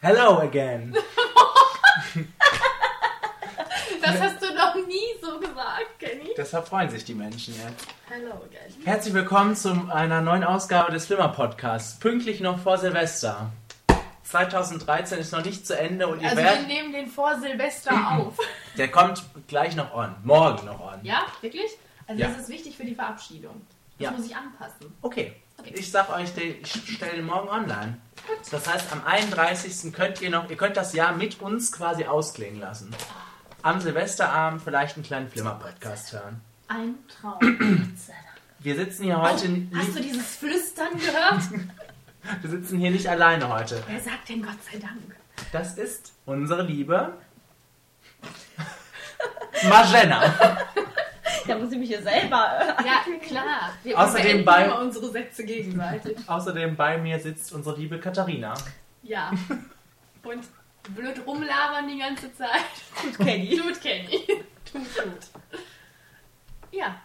Hello again. Das hast du noch nie so gesagt, Kenny. Deshalb freuen sich die Menschen jetzt. Hello again. Herzlich willkommen zu einer neuen Ausgabe des Flimmer Podcasts. Pünktlich noch vor Silvester. 2013 ist noch nicht zu Ende und ihr Also wir werdet. nehmen den vor Silvester auf. Der kommt gleich noch on. Morgen noch on. Ja, wirklich? Also Ja. das ist wichtig für die Verabschiedung. Das Ja. muss ich anpassen. Okay. Okay. Ich sag euch, den- ich stelle den morgen online. Das heißt, am 31. könnt ihr noch, ihr könnt das Jahr mit uns quasi ausklingen lassen. Am Silvesterabend vielleicht einen kleinen Flimmer-Podcast hören. Ein Traum. Wir sitzen hier heute, Oh, Hast nicht, du dieses Flüstern gehört? wir sitzen hier nicht alleine heute. Wer sagt denn Gott sei Dank? Das ist unsere liebe Magena. Da muss ich mich ja selber. Ja, klar. Wir Außerdem beenden bei- immer unsere Sätze gegenseitig. Außerdem bei mir sitzt unsere liebe Katharina. Ja. Und blöd rumlabern die ganze Zeit. Gut, Kenny. Tut Kenny. Tut gut. Ja.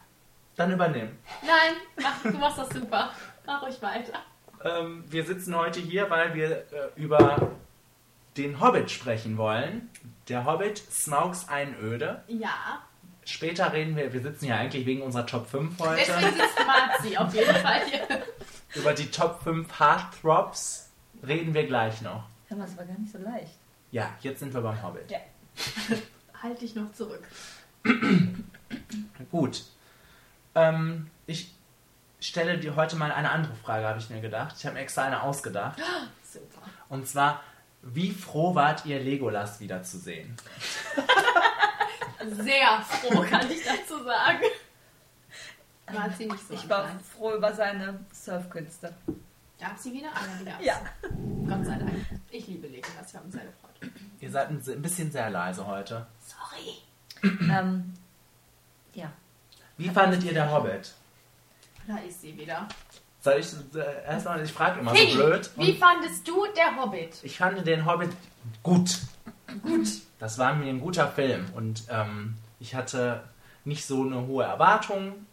Dann übernehmen. Nein, mach, du machst das super. Mach ruhig weiter. Ähm, wir sitzen heute hier, weil wir äh, über den Hobbit sprechen wollen. Der Hobbit, Snaugs Einöde. Ja. Später reden wir, wir sitzen hier eigentlich wegen unserer Top 5 heute, Deswegen sitzt Marzi auf jeden Fall hier. über die Top 5 Heartthrobs reden wir gleich noch. Hör mal, das war gar nicht so leicht. Ja, jetzt sind wir beim Hobbit. Ja. Halt dich noch zurück. Gut. Ähm, ich stelle dir heute mal eine andere Frage, habe ich mir gedacht. Ich habe mir extra eine ausgedacht. Super. Und zwar, wie froh wart ihr, Legolas wiederzusehen? Sehr froh, kann ich dazu sagen. Marzi nicht so. Ich war allein. froh über seine Surfkünste. Darf sie wieder? Ah, ja, die darf sie. Ja. Gott sei Dank. Ich liebe Legolas, wir haben uns sehr gefreut. Ihr seid ein se- ein bisschen sehr leise heute. Sorry. ähm, ja. Wie fandet ihr der Hobbit? Da ist sie wieder. Soll ich äh, erstmal, ich frage immer Hey, so blöd. wie Und fandest du der Hobbit? ich fand den Hobbit gut. Gut. Das war mir ein guter Film und ähm, ich hatte nicht so eine hohe Erwartung,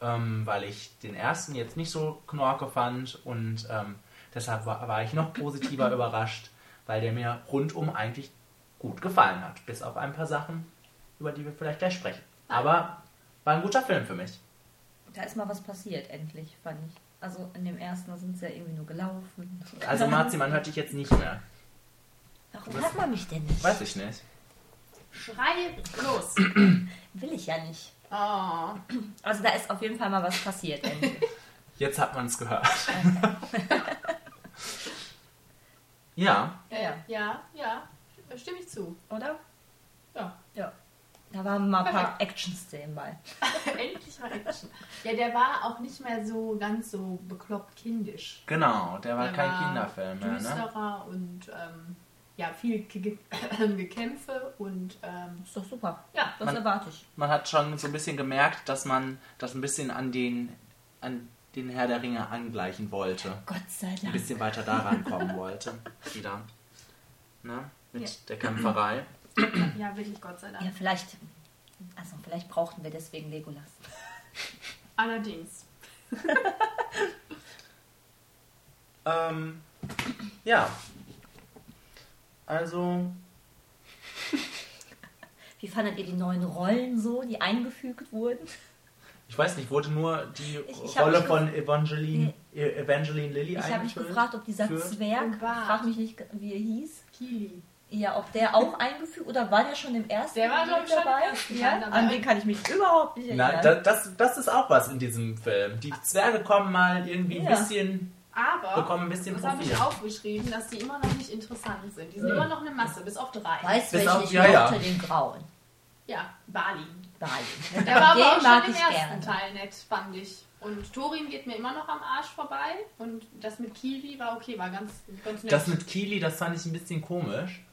ähm, weil ich den ersten jetzt nicht so knorke fand und ähm, deshalb war, war ich noch positiver überrascht, weil der mir rundum eigentlich gut gefallen hat, bis auf ein paar Sachen, über die wir vielleicht gleich sprechen. Aber war ein guter Film für mich. Da ist mal was passiert, endlich, fand ich. Also in dem ersten, da sind sie ja irgendwie nur gelaufen. Also Marzi, man hört dich jetzt nicht mehr. Warum hört man mich denn nicht? Weiß ich nicht. Schrei los. Will ich ja nicht. Oh. Also da ist auf jeden Fall mal was passiert, endlich. Jetzt hat man es gehört. ja, Ja, ja. Ja, ja. Da Stimme ich zu. Oder? Ja. Ja. Da waren mal ein paar Action-Szenen bei. Endlich mal Action. Ja, der war auch nicht mehr so ganz so bekloppt kindisch. genau. Der war Der kein Kinderfilm mehr, ne? Düsterer und ähm, ja, viel Ge Ge Gekämpfe und ähm, Ist doch super. ja, Das Man- erwarte ich. man hat schon so ein bisschen gemerkt, dass man das ein bisschen an den, an den Herr der Ringe angleichen wollte. Gott sei Ein Dank. bisschen weiter daran kommen wollte. Wieder. Ne? Mit Ja. der Kämpferei. ja, wirklich Gott sei Dank. Ja, vielleicht. Also vielleicht brauchten wir deswegen Legolas. Allerdings. Ähm, ja. Also, Wie fandet ihr die neuen Rollen so, die eingefügt wurden? ich weiß nicht, wurde nur die Ich- ich hab Rolle mich von Evangeline, Evangeline Lilly Ich habe mich eingeführt? gefragt, ob dieser Für- Zwerg, Und Bart. frag mich nicht, wie er hieß, Kili. ja, ob der auch eingefügt oder war der schon im ersten Der war, Teil glaub ich, schon im ersten Teil ja? dabei. An den kann ich mich überhaupt nicht Na, erinnern. da, das, das ist auch was in diesem Film. Die Zwerge kommen mal irgendwie ein Ja. bisschen Aber Bekommen ein bisschen das habe ich Profil. aufgeschrieben, dass die immer noch nicht interessant sind. Die sind immer noch eine Masse, bis auf drei. weißt du, Bis ich auf- nicht ja, ja. mochte den Grauen. Ja, Bali. Nein. Der war aber Den auch mag schon im ich ersten gerne. Teil nett, fand ich. Und Torin geht mir immer noch am Arsch vorbei. Und das mit Kiwi war okay, war ganz, ganz nett. Das mit Kili, das fand ich ein bisschen komisch,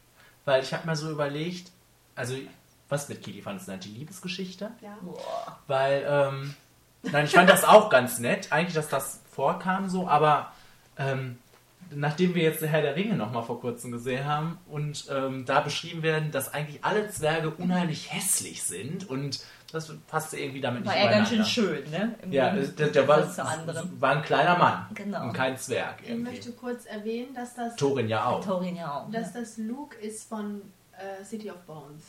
weil ich habe mir so überlegt, also was mit Kili fandest du nett? Die Liebesgeschichte? ja. Boah. Weil, ähm, nein, ich fand das auch ganz nett, eigentlich, dass das vorkam so, aber ähm, nachdem wir jetzt Herr der Ringe nochmal vor kurzem gesehen haben und ähm, da beschrieben werden, dass eigentlich alle Zwerge unheimlich hässlich sind und Das passte irgendwie damit War nicht er ganz schön übereinander. schön, ne? Im Ja, Gegensatz der, der war, zu anderen. war ein kleiner Mann. Genau. Und kein Zwerg Ich irgendwie. möchte kurz erwähnen, dass das, Torin ja auch. Torin ja auch. dass Ne? das Luke ist von äh, City of Bones.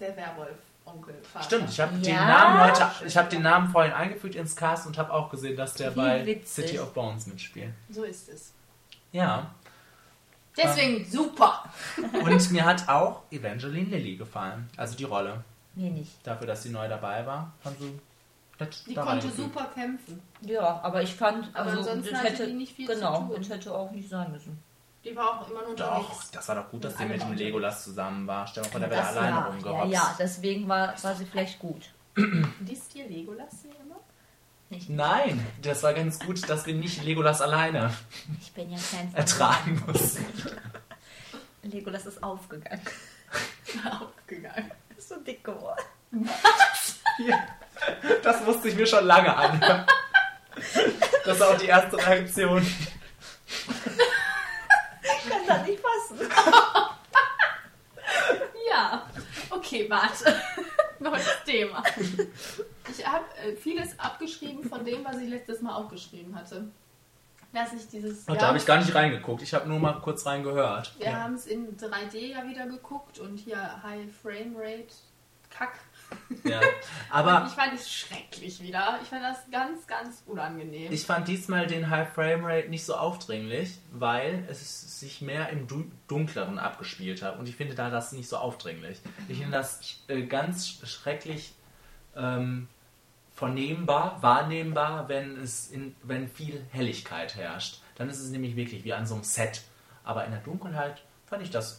Der Werwolf-Onkel. Vater. Stimmt, ich habe den Ja. Namen heute, ich habe den Namen vorhin eingefügt ins Cast und habe auch gesehen, dass der Wie bei witzig. City of Bones mitspielt. So ist es. Ja. Deswegen super. Und mir hat auch Evangeline Lilly gefallen, also die Rolle, Mir nicht. dafür, dass sie neu dabei war. Also das Die da konnte reingefügt. super kämpfen. Ja, aber ich fand, Aber also, ansonsten das hatte hätte, die nicht viel zu genau, tun. das hätte auch nicht sein müssen. Die war auch immer nur Doch, unterwegs. das war doch gut, dass sie Alle mit dem Leute. Legolas zusammen war. Stell dir mal vor, der wäre Das alleine war, ja, rumgehopst. ja, deswegen war, war sie vielleicht gut. Liest ihr Legolas hier immer? Ich, Nein, das war ganz gut, dass wir nicht Legolas alleine ich bin ja Fan von ertragen mussten. Legolas ist aufgegangen. Aufgegangen. Ist so dick geworden. Hier. Das wusste ich mir schon lange an. Das war auch die erste Reaktion. Kann das nicht passen. Ja. Okay, warte. Neues Thema. Ich habe äh, vieles abgeschrieben von dem, was ich letztes Mal auch geschrieben hatte. Dass ich dieses. Und da habe ich gar nicht reingeguckt. Ich habe nur mal kurz reingehört. Wir haben es in 3D ja wieder geguckt und hier High Frame Rate. Kack. Ja. Und Aber ich fand es schrecklich wieder. Ich fand das ganz, ganz unangenehm. ich fand diesmal den High Frame Rate nicht so aufdringlich, weil es sich mehr im Du- Dunkleren abgespielt hat. Und ich finde da das nicht so aufdringlich. Ich finde das äh, ganz schrecklich ähm, vernehmbar, wahrnehmbar, wenn es in, wenn viel Helligkeit herrscht. Dann ist es nämlich wirklich wie an so einem Set. Aber in der Dunkelheit fand ich das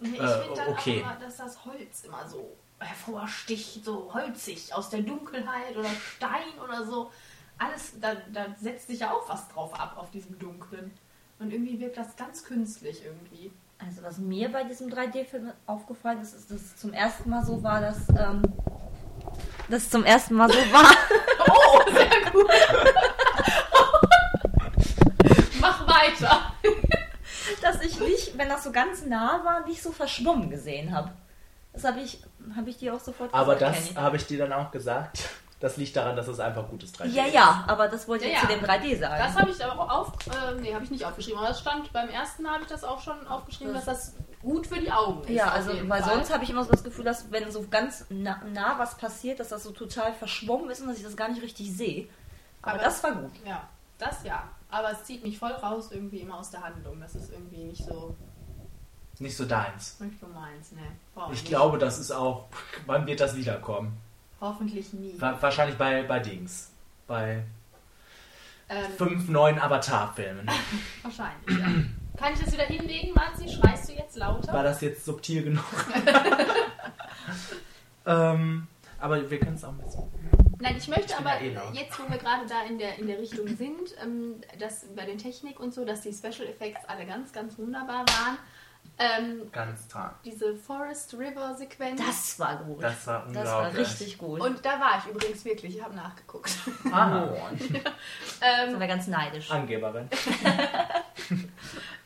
Nee, ich Äh, finde dann okay. auch immer, dass das Holz immer so hervorsticht, so holzig aus der Dunkelheit oder Stein oder so. Alles, da, da setzt sich ja auch was drauf ab auf diesem Dunklen. Und irgendwie wirkt das ganz künstlich irgendwie. Also was mir bei diesem 3D-Film aufgefallen ist, ist, dass es zum ersten Mal so war, dass ähm, das zum ersten Mal so war. Mach weiter! dass ich nicht, wenn das so ganz nah war, nicht so verschwommen gesehen habe. Das habe ich, habe ich dir auch sofort Aber gesagt, das Kenny. habe ich dir dann auch gesagt. Das liegt daran, dass es einfach gutes 3D Ja, ist. ja, aber das wollte ich Ja, zu ja. dem 3D sagen. Das habe ich aber auch auf. Äh, nee, habe ich nicht aufgeschrieben. Aber das stand beim ersten Mal habe ich das auch schon aufgeschrieben, Das- dass das gut für die Augen ist. ja, auf also jeden weil Fall. sonst habe ich immer so das Gefühl, dass wenn so ganz nah, nah was passiert, dass das so total verschwommen ist und dass ich das gar nicht richtig sehe. Aber, Aber- das war gut. Ja, das ja. Aber es zieht mich voll raus irgendwie immer aus der Handlung. Das ist irgendwie nicht so, Nicht so deins. nicht so meins, ne? Boah, Ich nee. glaube, das ist auch. Wann wird das wiederkommen? Hoffentlich nie. Wa- Wahrscheinlich bei, bei Dings. Bei Ähm, fünf neuen Avatar-Filmen. wahrscheinlich, ja. Kann ich das wieder hinlegen, Manzi? Schreist du jetzt lauter? War das jetzt subtil genug? ähm, aber wir können es auch ein bisschen. Nein, ich möchte Ich bin aber ja eh laut. jetzt, wo wir gerade da in der, in der Richtung sind, ähm, dass bei den Technik und so, dass die Special Effects alle ganz, ganz wunderbar waren. Ähm, Ganz dran. diese Forest River Sequenz. Das war gut. Das war Das war unglaublich. richtig gut. Und da war ich übrigens wirklich, ich habe nachgeguckt. Ah, sind ähm, wir ganz neidisch. Angeberin.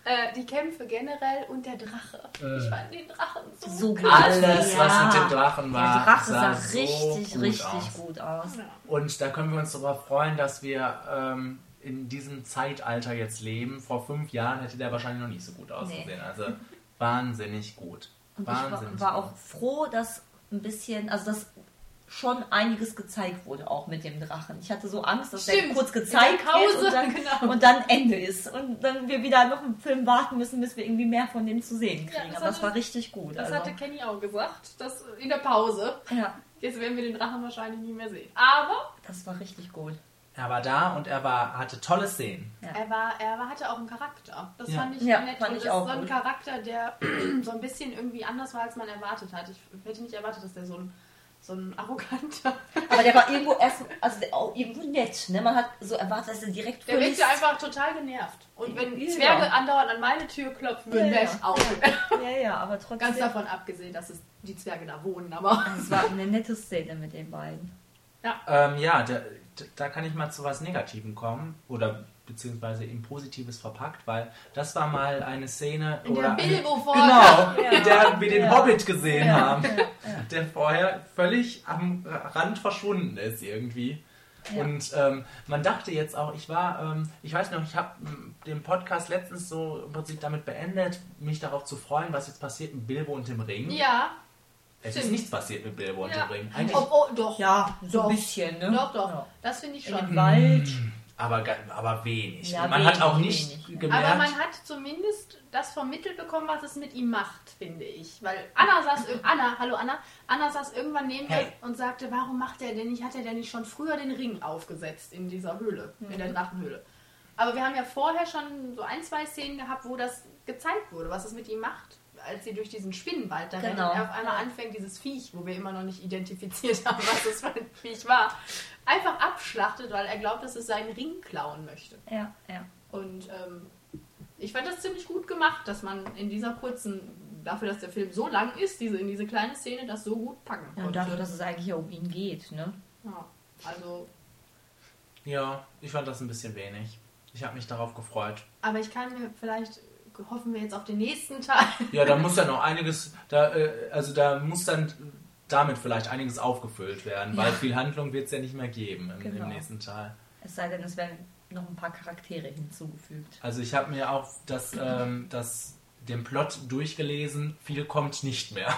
äh, die Kämpfe generell und der Drache. Ich Äh. fand den Drachen so, So krass. gut. Alles, Ja. was mit dem Drachen war. Der Drache sah, so richtig, gut richtig aus. gut aus. Und da können wir uns darüber freuen, dass wir ähm, in diesem Zeitalter jetzt leben. Vor fünf Jahren hätte der wahrscheinlich noch nicht so gut ausgesehen. Also wahnsinnig gut. Und wahnsinnig ich war, war gut. auch froh, dass ein bisschen, also dass schon einiges gezeigt wurde, auch mit dem Drachen. Ich hatte so Angst, dass der Stimmt. kurz gezeigt In der Pause, wird und dann, genau. und dann Ende ist. Und dann wir wieder noch einen Film warten müssen, bis wir irgendwie mehr von dem zu sehen Ja, kriegen. das Aber das hatte- war richtig gut. Das also. hatte Kenny auch gesagt, das in der Pause. ja, Jetzt werden wir den Drachen wahrscheinlich nie mehr sehen. Aber das war richtig gut. Er war da und er war, hatte tolle Szenen. er, war, er war, hatte auch einen Charakter. Das Ja. fand ich Ja, nett. fand und ich das auch ist so ein gut. Charakter, der so ein bisschen irgendwie anders war, als man erwartet hat. Ich hätte nicht erwartet, dass der so ein, so ein arroganter. Aber der war irgendwo erst, also der, auch irgendwo nett. Ne? Man hat so erwartet, dass er direkt Der wird völlig- ja einfach total genervt. Und wenn Ja. Zwerge andauernd an meine Tür klopfen, Ja, bin ja. ich auch. Ja, ja, Mhm. aber trotzdem. Ganz davon abgesehen, dass es die Zwerge da wohnen, aber. es war eine nette Szene mit den beiden. Ähm, ja, der, d- da kann ich mal zu was Negativem kommen oder beziehungsweise in Positives verpackt, weil das war mal eine Szene In der oder eine, Bilbo vorkam. genau, in der wir den Ja. Hobbit gesehen Ja. haben, Ja, ja. der vorher völlig am Rand verschwunden ist irgendwie. Ja. Und ähm, man dachte jetzt auch, ich war, ähm, ich weiß noch, ich habe den Podcast letztens so im Prinzip damit beendet, mich darauf zu freuen, was jetzt passiert mit Bilbo und dem Ring. Ja, es ist stimmt. nichts passiert mit Bilbo und ja. dem Ring. Eigentlich, Ob- oh, doch. Ja, so Doch. ein bisschen, ne? Doch, doch. Ja. Das finde ich In den schon. Wald. aber, ga- aber wenig. Ja, und man wenig, hat auch nicht wenig, ja. gemerkt. Aber man hat zumindest das vermittelt bekommen, was es mit ihm macht, finde ich. Weil Anna saß, ir- Anna, hallo Anna, Anna saß irgendwann neben mir Hey. und sagte, warum macht er denn nicht, hat er denn nicht schon früher den Ring aufgesetzt in dieser Höhle, in der Drachenhöhle. Aber wir haben ja vorher schon so ein, zwei Szenen gehabt, wo das gezeigt wurde, was es mit ihm macht. Als sie durch diesen Spinnenwald da rennen Genau. und er auf einmal anfängt, dieses Viech, wo wir immer noch nicht identifiziert haben, was es für ein Viech war, einfach abschlachtet, weil er glaubt, dass es seinen Ring klauen möchte. Ja, ja. Und ähm, ich fand das ziemlich gut gemacht, dass man in dieser kurzen, dafür, dass der Film so lang ist, diese, in diese kleine Szene, das so gut packen Ja, konnte. Und dafür, dass es eigentlich ja um ihn geht, ne? Ja, also, Ja, ich fand das ein bisschen wenig. Ich habe mich darauf gefreut. aber ich kann mir vielleicht, hoffen wir jetzt auf den nächsten Teil. Ja, da muss ja noch einiges, da, äh, also da muss dann damit vielleicht einiges aufgefüllt werden, weil viel Handlung wird es ja nicht mehr geben im, Genau. im nächsten Teil. Es sei denn, es werden noch ein paar Charaktere hinzugefügt. Also ich habe mir auch das, ähm, das, den Plot durchgelesen, viel kommt nicht mehr.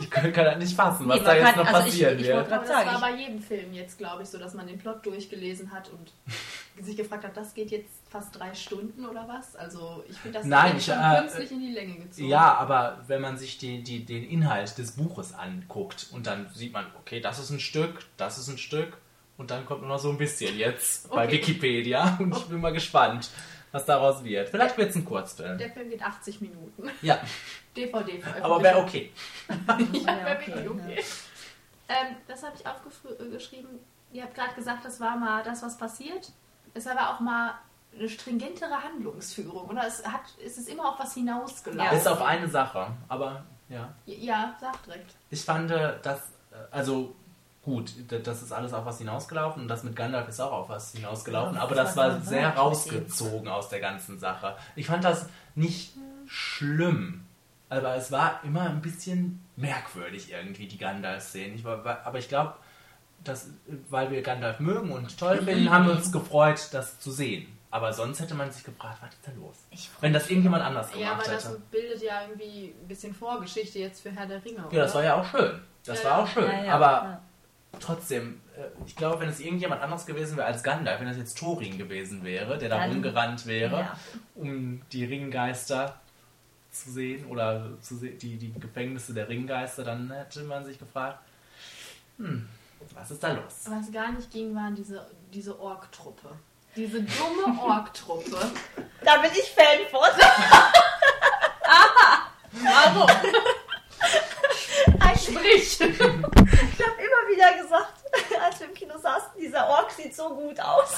Ich kann kann das nicht fassen, was Nee, da man jetzt kann- noch also ich- passieren ich wird. wollte- Aber Grad das sag war ich. bei jedem Film jetzt, glaube ich, so, dass man den Plot durchgelesen hat und sich gefragt hat, das geht jetzt fast drei Stunden oder was? Also ich finde das Nein, jetzt ich, schon äh, künstlich in die Länge gezogen. Ja, aber wenn man sich die, die, den Inhalt des Buches anguckt und dann sieht man, okay, das ist ein Stück, das ist ein Stück und dann kommt nur noch so ein bisschen jetzt bei Okay. Wikipedia und ich bin mal gespannt, was daraus wird. Vielleicht wird es ein Kurzfilm. Der Film geht 80 Minuten. Ja, DVD. aber wäre okay. Ja, Ja, okay, okay, okay. Ähm, das habe ich aufgeschrieben. Ihr habt gerade gesagt, das war mal das, was passiert. Es war aber auch mal eine stringentere Handlungsführung, oder? Es, hat, es ist immer auf was hinausgelaufen. Bis auf eine Sache, aber ja. Ja, sag direkt. Ich fand äh, das, äh, also gut, d- das ist alles auf was hinausgelaufen und das mit Gandalf ist auch auf was hinausgelaufen, Ja, aber das das war war so sehr weit rausgezogen aus der ganzen Sache. Ich fand das nicht schlimm, aber es war immer ein bisschen merkwürdig irgendwie, die Gandalf-Szenen. Ich war, war, aber ich glaube, dass, äh, weil wir Gandalf mögen und toll finden, haben wir uns gefreut, das zu sehen. Aber sonst hätte man sich gefragt, was ist da los? Ich freu Wenn das irgendjemand anders Ja, gemacht aber hätte. das bildet ja irgendwie ein bisschen Vorgeschichte jetzt für Herr der Ringe. ja, das war ja auch schön. Das Ja, war ja. auch schön. Ja, ja, aber ja. trotzdem, äh, ich glaube, wenn es irgendjemand anderes gewesen wäre als Gandalf, wenn das jetzt Thorin gewesen wäre, der da Dann- rumgerannt wäre, Ja. um die Ringgeister zu sehen oder zu se die, die Gefängnisse der Ringgeister, dann hätte man sich gefragt, hm, was ist da los? Was gar nicht ging, waren diese, diese Ork-Truppe. Diese dumme Ork-Truppe. Da bin ich Fan von. Warum? Ich Sprich! habe immer wieder gesagt, als wir im Kino saßen, dieser Ork sieht so gut aus.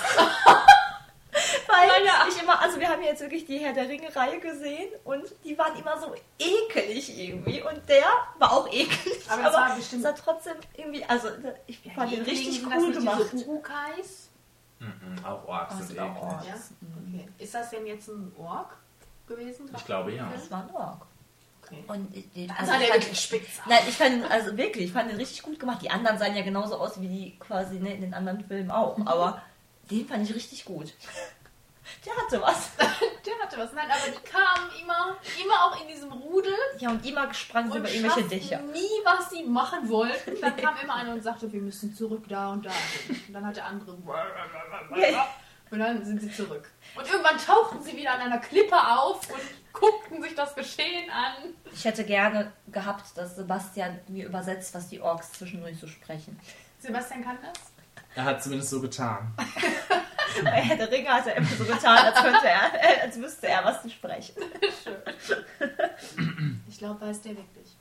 Weil ich immer, also wir haben jetzt wirklich die Herr der Ringe-Reihe gesehen und die waren immer so ekelig irgendwie und der war auch ekelig. Aber das war bestimmt- es hat trotzdem irgendwie, also ich fand Hier den richtig liegen das cool mit gemacht. Diese Urukais. Mhm, auch Orks Oh, sind sind auch eklig. Orks. Ja? Okay. Ist das denn jetzt ein Ork gewesen? Ich glaube, ja. Das war ein Ork. Okay. Und äh, den, Also hat ich er fand- wirklich spitz. Nein, ich fand ihn, also wirklich, ich fand den richtig gut gemacht. Die anderen sahen ja genauso aus wie die quasi ne, in den anderen Filmen auch. Mhm. Aber den fand ich richtig gut. Der hatte was. Der hatte was. Nein, aber die kamen immer, immer auch in diesem Rudel Ja, und immer sprangen sie und über irgendwelche schafften Dächer. nie, was sie machen wollten. Dann kam immer einer und sagte, wir müssen zurück da und da. Und dann hat der andere... Und dann sind sie zurück. Und irgendwann tauchten sie wieder an einer Klippe auf und guckten sich das Geschehen an. Ich hätte gerne gehabt, dass Sebastian mir übersetzt, was die Orks zwischendurch so sprechen. Sebastian kann das? Er hat zumindest so getan. Weil Herr der Ringe hat er immer so getan, als, könnte er, als wüsste er, was die sprechen. Ich glaube, weiß der wirklich.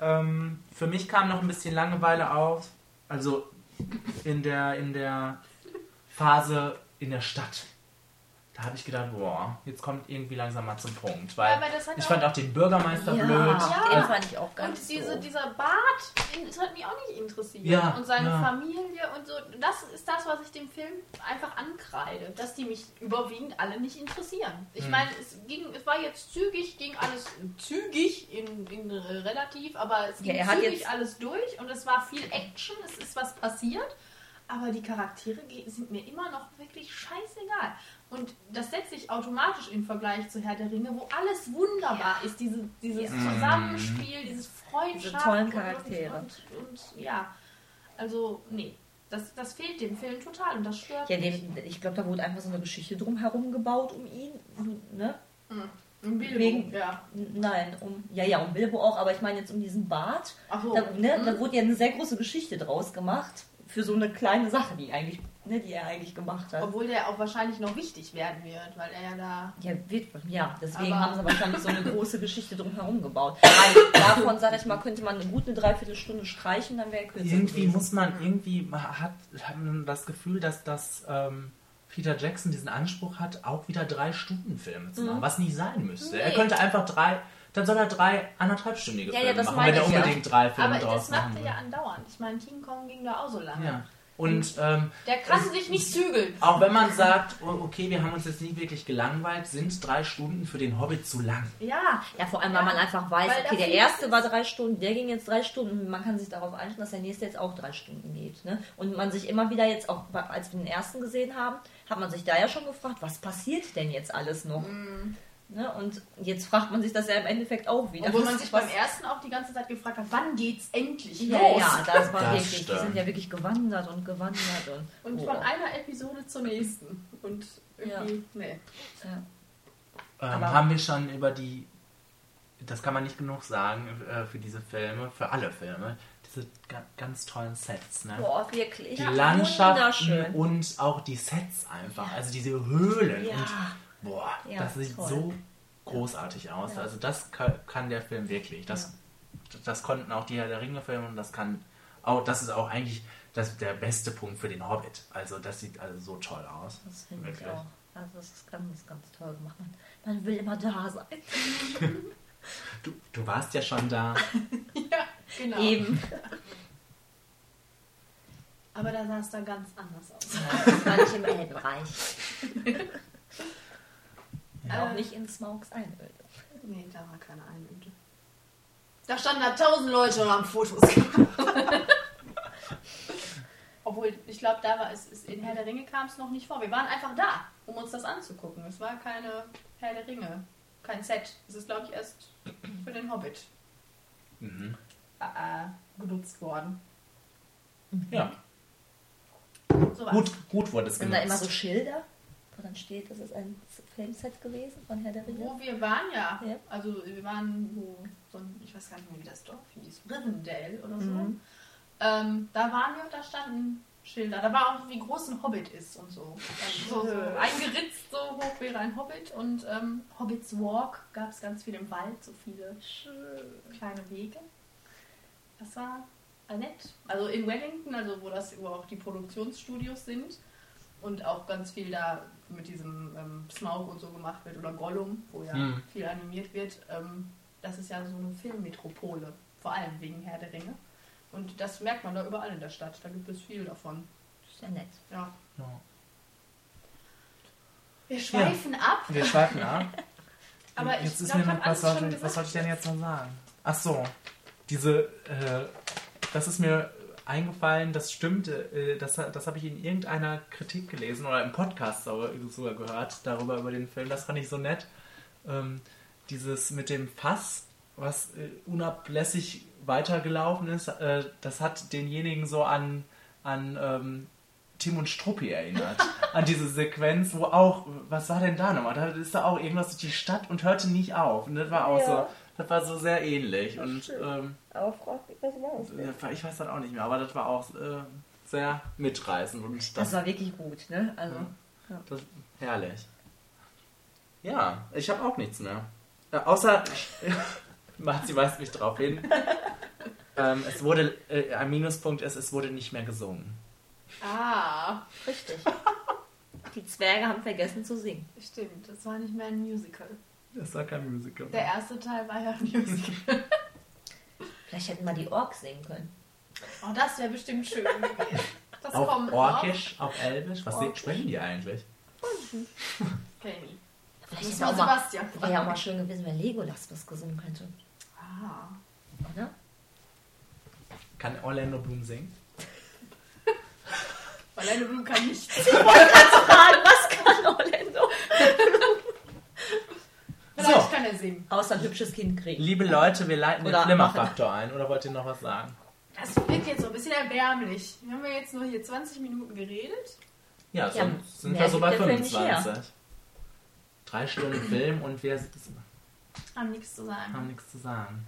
Ähm, für mich kam noch ein bisschen Langeweile auf. Also in der, in der Phase in der Stadt. Da habe ich gedacht, boah, jetzt kommt irgendwie langsam mal zum Punkt. Ja, Weil aber das hat ich auch- fand auch den Bürgermeister Ja. blöd. Ja. Den fand ich auch ganz Und diese, so. dieser Bart, den- das hat mich auch nicht interessiert. Ja, und seine ja. Familie und so. Das ist das, was ich dem Film einfach ankreide, dass die mich überwiegend alle nicht interessieren. Ich Hm. meine, es, ging, es war jetzt zügig, ging alles zügig in, in äh, relativ, aber es Ja, ging er hat zügig jetzt- alles durch und es war viel Action, es ist was passiert. Aber die Charaktere ge- sind mir immer noch wirklich scheißegal. Und das setzt sich automatisch im Vergleich zu Herr der Ringe, wo alles wunderbar ist. Diese, dieses Ja. Mhm. Zusammenspiel, dieses Freundschaft. Diese tollen und- Charaktere. Und, und, und ja, also nee, das, das fehlt dem Film total und das stört Ja, mich. dem, ich glaube, da wurde einfach so eine Geschichte drum herum gebaut um ihn. Ne? Im Bilderbuch, wegen- ja. N- Nein, um, ja, ja, um Bilbo auch, aber ich meine jetzt um diesen Bart. Ach so. Da, ne, da Mhm. wurde ja eine sehr große Geschichte draus gemacht für so eine kleine Sache, die, eigentlich, ne, die er eigentlich gemacht hat. Obwohl der auch wahrscheinlich noch wichtig werden wird, weil er ja da. Ja, wird, ja, deswegen Aber- haben sie wahrscheinlich so eine große Geschichte drumherum gebaut. Weil davon, sag ich mal, könnte man eine gute Dreiviertelstunde streichen, dann wäre er kürzer Irgendwie gewesen. muss man, irgendwie ma- hat, hat man das Gefühl, dass das ähm, Peter Jackson diesen Anspruch hat, auch wieder drei Stunden Filme zu machen, was nicht sein müsste. Er Mhm. Nee. könnte einfach drei, dann soll er drei anderthalbstündige Ja, ja, Filme das machen, meine wenn er ich ja. unbedingt drei Filme Aber draus das macht machen er will. ja andauernd. Ich meine, King Kong ging da auch so lange. Ja. Mhm. Ah. Und ähm, Der kann sich nicht zügeln. auch wenn man sagt, oh, okay, wir haben uns jetzt nie wirklich gelangweilt, sind drei Stunden für den Hobbit zu lang. Ja, Ja, vor allem, weil Ja, man einfach weiß, weil da okay, der viel erste ist. war drei Stunden, der ging jetzt drei Stunden. Man kann sich darauf einstellen, dass der nächste jetzt auch drei Stunden geht. Ne? Und man sich immer wieder jetzt auch, bei- als wir den ersten gesehen haben, hat man sich da ja schon gefragt, was passiert denn jetzt alles noch? Mhm. Ne? Und jetzt fragt man sich das ja im Endeffekt auch wieder. obwohl Was- man sich was- beim ersten auch die ganze Zeit gefragt hat, wann geht's endlich ja, los? ja, das war Das wirklich. stimmt. Die sind ja wirklich gewandert und gewandert und. oh, Und von einer Episode zur nächsten. Und irgendwie, nee. ja. Ähm, Aber- haben wir schon über die, das kann man nicht genug sagen, äh, für diese Filme, für alle Filme, diese ga ganz tollen Sets, ne? Boah, wirklich. Die Ja, Landschaften Wunderschön. und auch die Sets einfach. Also diese Höhlen. Ja. Und, boah, Ja, das sieht toll. so großartig aus. Ja. Also das kann, kann der Film wirklich. Das, das konnten auch die Herr der Ringe-Filme und das kann auch, das ist auch eigentlich das, der beste Punkt für den Hobbit. Also das sieht also so toll aus. Das finde ich auch. Also das ist ganz, ganz toll gemacht. Man, man will immer da sein. Du, du warst ja schon da. Ja, genau. Eben. Aber da sah es dann ganz anders aus. Das war nicht im Elbenreich. Ja. Auch nicht in Smaugs Einöde. Nee, da war keine Einöde. Da standen da tausend Leute und haben Fotos gemacht. Obwohl, ich glaube, da war es, es in Herr der Ringe kam es noch nicht vor. Wir waren einfach da, um uns das anzugucken. Es war keine Herr der Ringe, kein Set. Es ist, glaube ich, erst für den Hobbit Mhm. äh, genutzt worden. Ja, So war's. gut, gut wurde es Sind da immer genutzt. so Schilder, wo dann steht, das ist ein Filmset gewesen von Herr der Ringe? Wo wir waren, ja. Ja. Also wir waren wo, so ein, ich weiß gar nicht mehr, wie das Dorf hieß, Rivendell oder so. Mhm. Ähm, da waren wir und da standen Schilder. Da war auch, wie groß ein Hobbit ist und so. Also, so, so eingeritzt, so hoch wäre ein Hobbit. Und ähm, Hobbits Walk gab es ganz viel im Wald, so viele kleine Wege. Das war nett. Also in Wellington, also wo das wo auch die Produktionsstudios sind und auch ganz viel da mit diesem ähm, Smaug und so gemacht wird oder Gollum, wo ja Hm. viel animiert wird. Ähm, das ist ja so eine Filmmetropole, vor allem wegen Herr der Ringe. Und das merkt man da überall in der Stadt. Da gibt es viel davon. Ist ja nett. Ja. Ja. Wir schweifen ab, Wir schweifen ab. aber ich jetzt ist glaube, mir ich noch, habe alles was, schon sollte, gesagt. was sollte ich denn jetzt noch sagen? Ach so, diese, äh, das ist mir eingefallen, das stimmte, äh, das, ha- das habe ich in irgendeiner Kritik gelesen oder im Podcast sogar sogar gehört, darüber über den Film, das fand ich so nett. Ähm, dieses mit dem Fass, was äh, unablässig weitergelaufen ist, äh, das hat denjenigen so an, an ähm, Tim und Struppi erinnert. An diese Sequenz, wo auch, was war denn da nochmal? Da ist da auch irgendwas durch die Stadt und hörte nicht auf. Und das war auch Ja. so, das war so sehr ähnlich. Das Und stimmt. ähm, Aber frag mich, was war das war- ich weiß dann auch nicht mehr, aber das war auch äh, sehr mitreißend und Das das, war wirklich gut, ne? Also, das herrlich. Ja, ich habe auch nichts mehr. Äh, außer Marzi weist mich drauf hin. ähm, es wurde, äh, ein Minuspunkt ist, es wurde nicht mehr gesungen. Ah, richtig. Die Die Zwerge haben vergessen zu singen. Stimmt, das war nicht mehr ein Musical. Das war kein Musical. Der erste Teil war ja ein Musical. Vielleicht hätten wir die Orks singen können. Oh, das wäre bestimmt schön gewesen. Das Auf kommt Orkisch, auf Elbisch. Was Orkisch. sprechen die eigentlich? noch. Kenny. Vielleicht Das hätten wir war auch mal, Sebastian. wäre ja auch mal schön gewesen, wenn Legolas was gesungen könnte. Ah. Oder? Kann Orlando Bloom singen? Orlando Bloom kann nicht. Fragen, was kann Orlando? Vielleicht So. kann er singen. Außer ein hübsches Kind kriegen. Liebe Leute, wir leiten den Oder Flimmerfaktor ein. Oder wollt ihr noch was sagen? Das wird jetzt so ein bisschen erbärmlich. Wir haben ja jetzt nur hier 20 Minuten geredet. Ja, Ja, sonst sind mehr wir so gibt bei der Film nicht 25. Drei Stunden Film und wir sitzen- Haben nichts zu haben sagen. nichts zu sagen.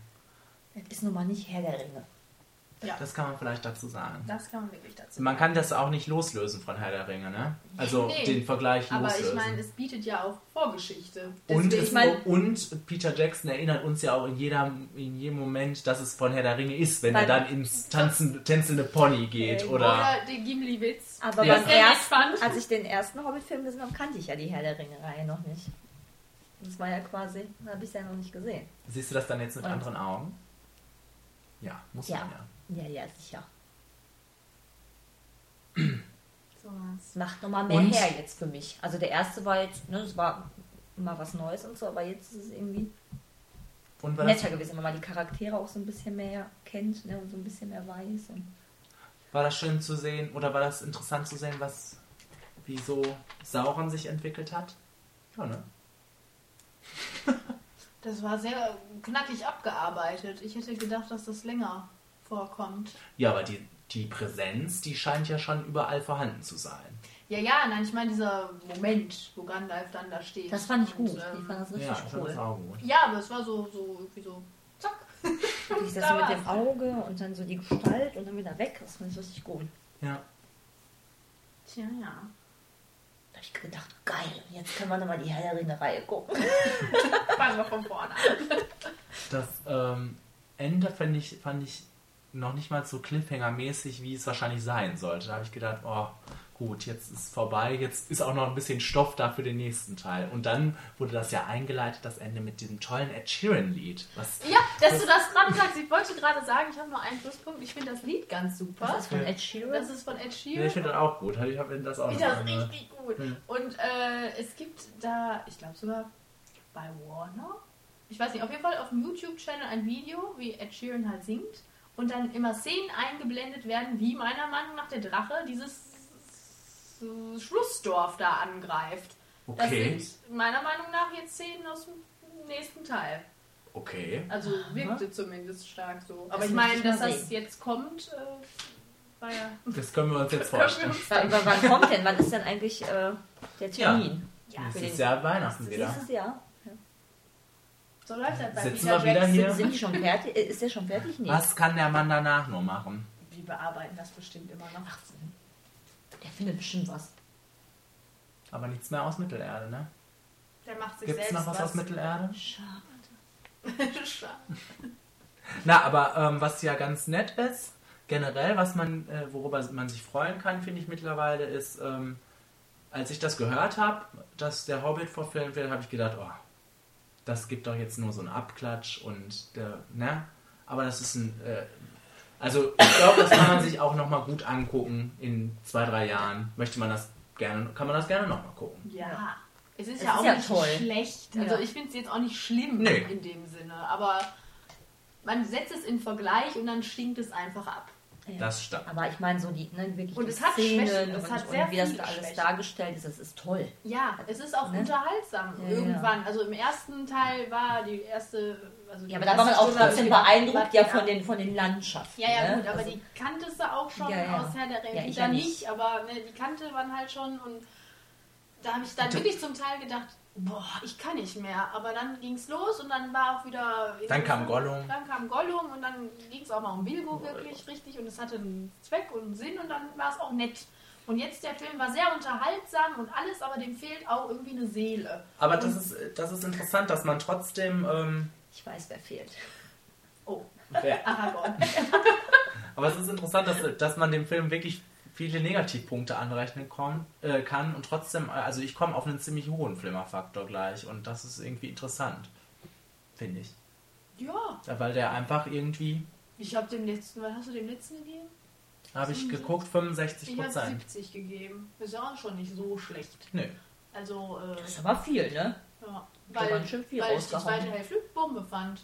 Das ist nun mal nicht Herr der Ringe. Ja, Das kann man vielleicht dazu sagen. das kann man wirklich dazu Man kann das auch nicht loslösen von Herr der Ringe, ne? Also Nee. den Vergleich Aber loslösen. ich meine, es bietet ja auch Vorgeschichte. und, Deswegen- es, mein- und Peter Jackson erinnert uns ja auch in, jeder, in jedem Moment, dass es von Herr der Ringe ist, wenn er Weil- dann ins tanzen, tänzelnde Pony geht. Okay. Oder, Oder den Gimli-Witz. Aber Ja. beim Sehr ersten, spannend. als ich den ersten Hobbit-Film gesehen habe, kannte ich ja die Herr der Ringe-Reihe noch nicht. Das war ja quasi, das habe ich ja noch nicht gesehen. siehst du das dann jetzt mit Und- anderen Augen? Ja, muss Ja. man ja. Ja, ja, sicher. Sowas. Das macht nochmal mehr Und? her jetzt für mich. Also der erste war jetzt, ne, es war mal was Neues und so, aber jetzt ist es irgendwie Und war das, netter gewesen, wenn man die Charaktere auch so ein bisschen mehr kennt ne, und so ein bisschen mehr weiß. Und war das schön zu sehen oder war das interessant zu sehen, was wieso Sauron sich entwickelt hat? Ja, ne? Das war sehr knackig abgearbeitet. Ich hätte gedacht, dass das länger vorkommt. Ja, aber die, die Präsenz, die scheint ja schon überall vorhanden zu sein. Ja, ja, nein, ich meine dieser Moment, wo Gandalf dann da steht. das fand ich Und, gut. Ich ähm, fand das richtig ja, ich fand das cool. auch gut. ja, aber es war so, so irgendwie so, zack. Dieses das mit dem Auge und dann so die Gestalt und dann wieder weg. Das fand ich richtig gut. Ja. Tja, ja. Da habe ich gedacht, geil, jetzt können wir nochmal die Herr der Ringe-Reihe gucken. Fangen wir von vorne an. Das ähm, Ende fand ich, fand ich noch nicht mal so Cliffhanger-mäßig, wie es wahrscheinlich sein sollte. Da habe ich gedacht, oh, gut, jetzt ist vorbei, jetzt ist auch noch ein bisschen Stoff da für den nächsten Teil. Und dann wurde das ja eingeleitet, das Ende mit diesem tollen Ed Sheeran-Lied. Was Ja, dass du das gerade sagst. Ich wollte gerade sagen, ich habe nur einen Pluspunkt. Ich finde das Lied ganz Das super. ist von Ed Sheeran. Das ist von Ed ja, ich Sheeran. finde das auch gut. Ich habe das auch Ich noch finde das angehört. richtig gut. Mhm. Und äh, es gibt da, ich glaube sogar bei Warner, ich weiß nicht, auf jeden Fall auf dem YouTube-Channel ein Video, wie Ed Sheeran halt singt und dann immer Szenen eingeblendet werden, wie meiner Meinung nach der Drache dieses äh, Schlussdorf da angreift. Okay. Das sind meiner Meinung nach jetzt Szenen aus dem nächsten Teil. Okay. Also wirkte zumindest stark so. Aber Das ich muss meine, ich mal dass das sehen. jetzt kommt, äh, war ja. Das können wir uns jetzt Können wir vorstellen. uns Wa- Über wann kommt denn? Wann ist denn eigentlich äh, der Termin? Ja, Es für ist den- ja Weihnachten wieder. Nächstes Jahr. So läuft das bei Sitzen Peter wir wieder Jackson. hier? Ja. Sind die schon fertig? Äh, Ist der schon fertig? Nee. Was kann der Mann danach nur machen? Die bearbeiten das bestimmt immer noch. Ach, der findet bestimmt was. Aber nichts mehr aus Mittelerde, ne? Der macht sich Gibt es selbst noch was, aus Mittelerde? Schade. Schade. Na, aber ähm, was ja ganz nett ist, generell, was man, äh, worüber man sich freuen kann, finde ich mittlerweile, ist, ähm, als ich das gehört habe, dass der Hobbit verfilmt wird, habe ich gedacht, oh, das gibt doch jetzt nur so einen Abklatsch und der, ne? Aber das ist ein, äh, also ich glaube, das kann man sich auch nochmal gut angucken in zwei, drei Jahren. Möchte man das gerne, kann man das gerne nochmal gucken. Ja. Es ist Es ja ist auch ja nicht toll. schlecht. Also Ja. ich finde es jetzt auch nicht schlimm Nee. in dem Sinne, aber man setzt es in Vergleich und dann stinkt es einfach ab. Ja. Das stimmt. Aber ich meine, so die, ne, wirklich Und die es hat Szenen Schwächen, es und, hat und sehr wie das viele da alles Schwächen. dargestellt ist, das ist toll. Ja, es ist auch Ne? unterhaltsam Ja, irgendwann. Also im ersten Teil war die erste. Also die Ja, aber da war man erste auch Stunde trotzdem hab ich beeindruckt gedacht, ja von den, von den Landschaften. Ja, ja, ne? gut, aber Also- die kanntest du auch schon Ja, ja. aus Herr der Ringe. Ja, die ich da ja nicht, nicht. aber ne, die kannte man halt schon und da habe ich dann wirklich zum Teil gedacht, boah, ich kann nicht mehr. Aber dann ging's los und dann war auch wieder. Dann kam Gollum. Dann kam Gollum und dann ging's auch mal um Bilbo wirklich richtig und es hatte einen Zweck und einen Sinn und dann war es auch nett. Und jetzt der Film war sehr unterhaltsam und alles, aber dem fehlt auch irgendwie eine Seele. Aber und, das ist, das ist interessant, dass man trotzdem, ähm, Ich weiß, wer fehlt. Oh, wer- Aragorn. Aber es ist interessant, dass, dass man dem Film wirklich viele Negativpunkte anrechnen komm, äh, kann und trotzdem, äh, also ich komme auf einen ziemlich hohen Flimmerfaktor gleich und das ist irgendwie interessant, finde ich. Ja, Ja, Weil der einfach irgendwie, ich habe dem letzten, was hast du dem letzten gegeben? habe ich geguckt, 65 Ich habe Prozent. 70 gegeben. Ist ja auch schon nicht so schlecht. Nö. Also, äh, Das ist aber viel, ne? ja. Da Weil, waren schon viel weil ich die rausgehauen. zweite Hälfte Bombe fand.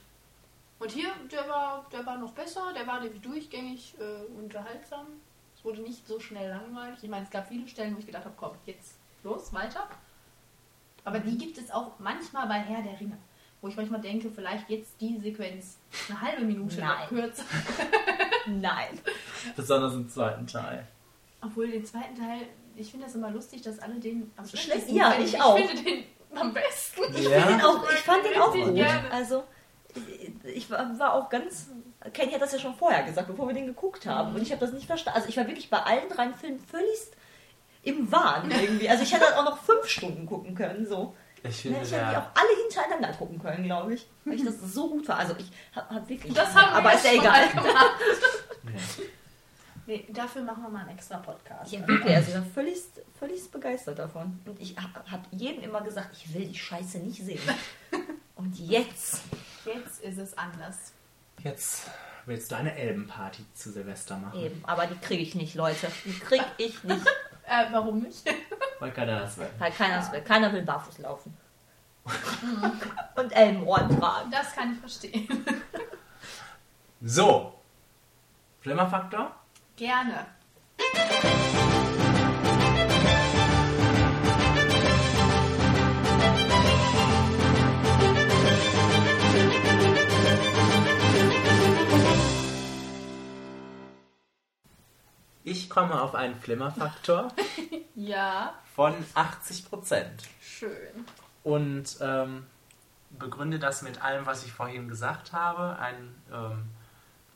Und hier, der war, der war noch besser, der war nämlich durchgängig äh, unterhaltsam. Es wurde nicht so schnell langweilig. Ich meine, es gab viele Stellen, wo ich gedacht habe, komm, jetzt los, weiter. Aber die gibt es auch manchmal bei Herr der Ringe, wo ich manchmal denke, vielleicht jetzt die Sequenz eine halbe Minute Nein. noch kürzer. Nein. Besonders im zweiten Teil. Obwohl den zweiten Teil, ich finde das immer lustig, dass alle den am Schlecht- schlechtesten ja, finden. ich auch. Ich finde den am besten. Ich, Ja. find ihn auch, ich fand den auch Richtig gut. gerne. Also, ich- ich war war auch ganz. Kenny hat das ja schon vorher gesagt, bevor wir den geguckt Mhm. haben. Und ich habe das nicht verstanden. Also, ich war wirklich bei allen drei Filmen völlig im Wahn irgendwie. Also, ich hätte halt auch noch fünf Stunden gucken können. So. Ich Ne, finde, Ich hätte die der, auch alle hintereinander gucken können, glaube ich. Weil ich das so gut war. Also, ich habe hab wirklich. Das haben wir aber ist ja schon egal. mal gemacht. nee. Nee, dafür machen wir mal einen extra Podcast. Ja, wirklich, also ich war völlig, völlig begeistert davon. Und ich habe hab jedem immer gesagt, ich will die Scheiße nicht sehen. Und jetzt. Jetzt ist es anders. Jetzt willst du eine Elbenparty zu Silvester machen, Eben, aber die kriege ich nicht, Leute. Die kriege ich nicht. Äh, warum nicht? weil keiner das will. Weil keiner das will. Keiner will barfuß laufen. Und Elmrohr tragen. Das kann ich verstehen. So, Flimmerfaktor? Gerne. Ich komme auf einen Flimmerfaktor Ja, von 80 Prozent. schön. und ähm, begründe das mit allem, was ich vorhin gesagt habe. Ein ähm,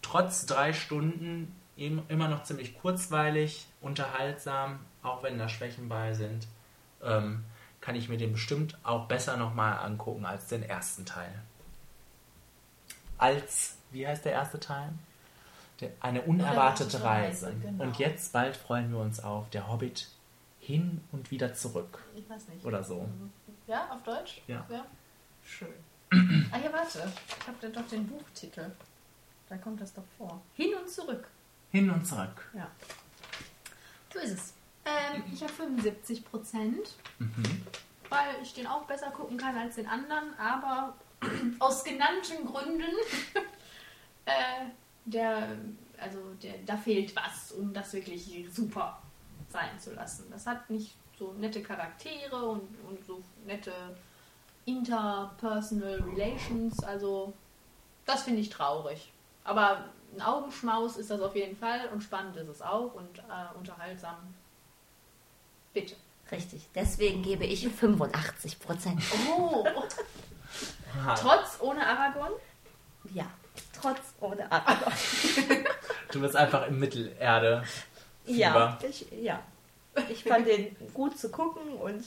trotz drei Stunden im- immer noch ziemlich kurzweilig, unterhaltsam, auch wenn da Schwächen bei sind, ähm, kann ich mir den bestimmt auch besser nochmal angucken als den ersten Teil. Als, wie heißt der erste Teil? Der, eine unerwartete Unerwartete Reise. Reise, genau. Und jetzt bald freuen wir uns auf Der Hobbit hin und wieder zurück. Ich weiß nicht. Oder so. Ja, auf Deutsch? Ja. Schön. Ah ja, warte. Ich habe doch den Buchtitel. Da kommt das doch vor. Hin und zurück. Hin und zurück. Ja. So ist es. Ähm, ich habe 75 Prozent, weil ich den auch besser gucken kann als den anderen, aber aus genannten Gründen, äh, der, also der, da fehlt was, um das wirklich super sein zu lassen. Das hat nicht so nette Charaktere und, und so nette interpersonal relations, also das finde ich traurig. Aber ein Augenschmaus ist das auf jeden Fall und spannend ist es auch und äh, unterhaltsam. Bitte. Richtig, deswegen gebe ich 85 Prozent. Oh, trotz ohne Aragorn? Ja, trotz ohne Armloch. Du bist einfach im Mittelerde. Ja, ich, ja. Ich fand den gut zu gucken und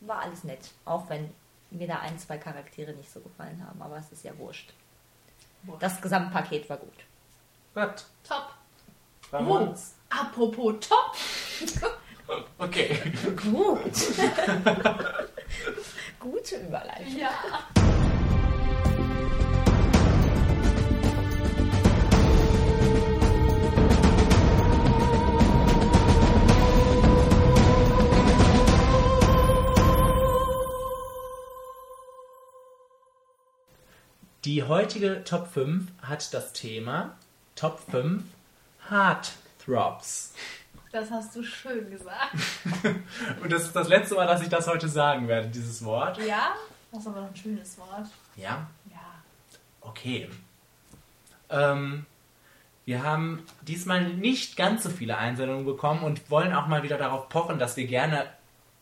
war alles nett. Auch wenn mir da ein, zwei Charaktere nicht so gefallen haben, aber es ist ja wurscht. Wurscht. Das Gesamtpaket war gut. Gut. Top. Hm. Ramon. apropos top. Okay. Gut. Gute Überleitung. Ja. Die heutige Top 5 hat das Thema Top 5 Heartthrobs. Das hast du schön gesagt. Und das ist das letzte Mal, dass ich das heute sagen werde, dieses Wort. Ja? Das ist aber noch ein schönes Wort. Ja, Ja. okay. Ähm, wir haben diesmal nicht ganz so viele Einsendungen bekommen und wollen auch mal wieder darauf pochen, dass wir gerne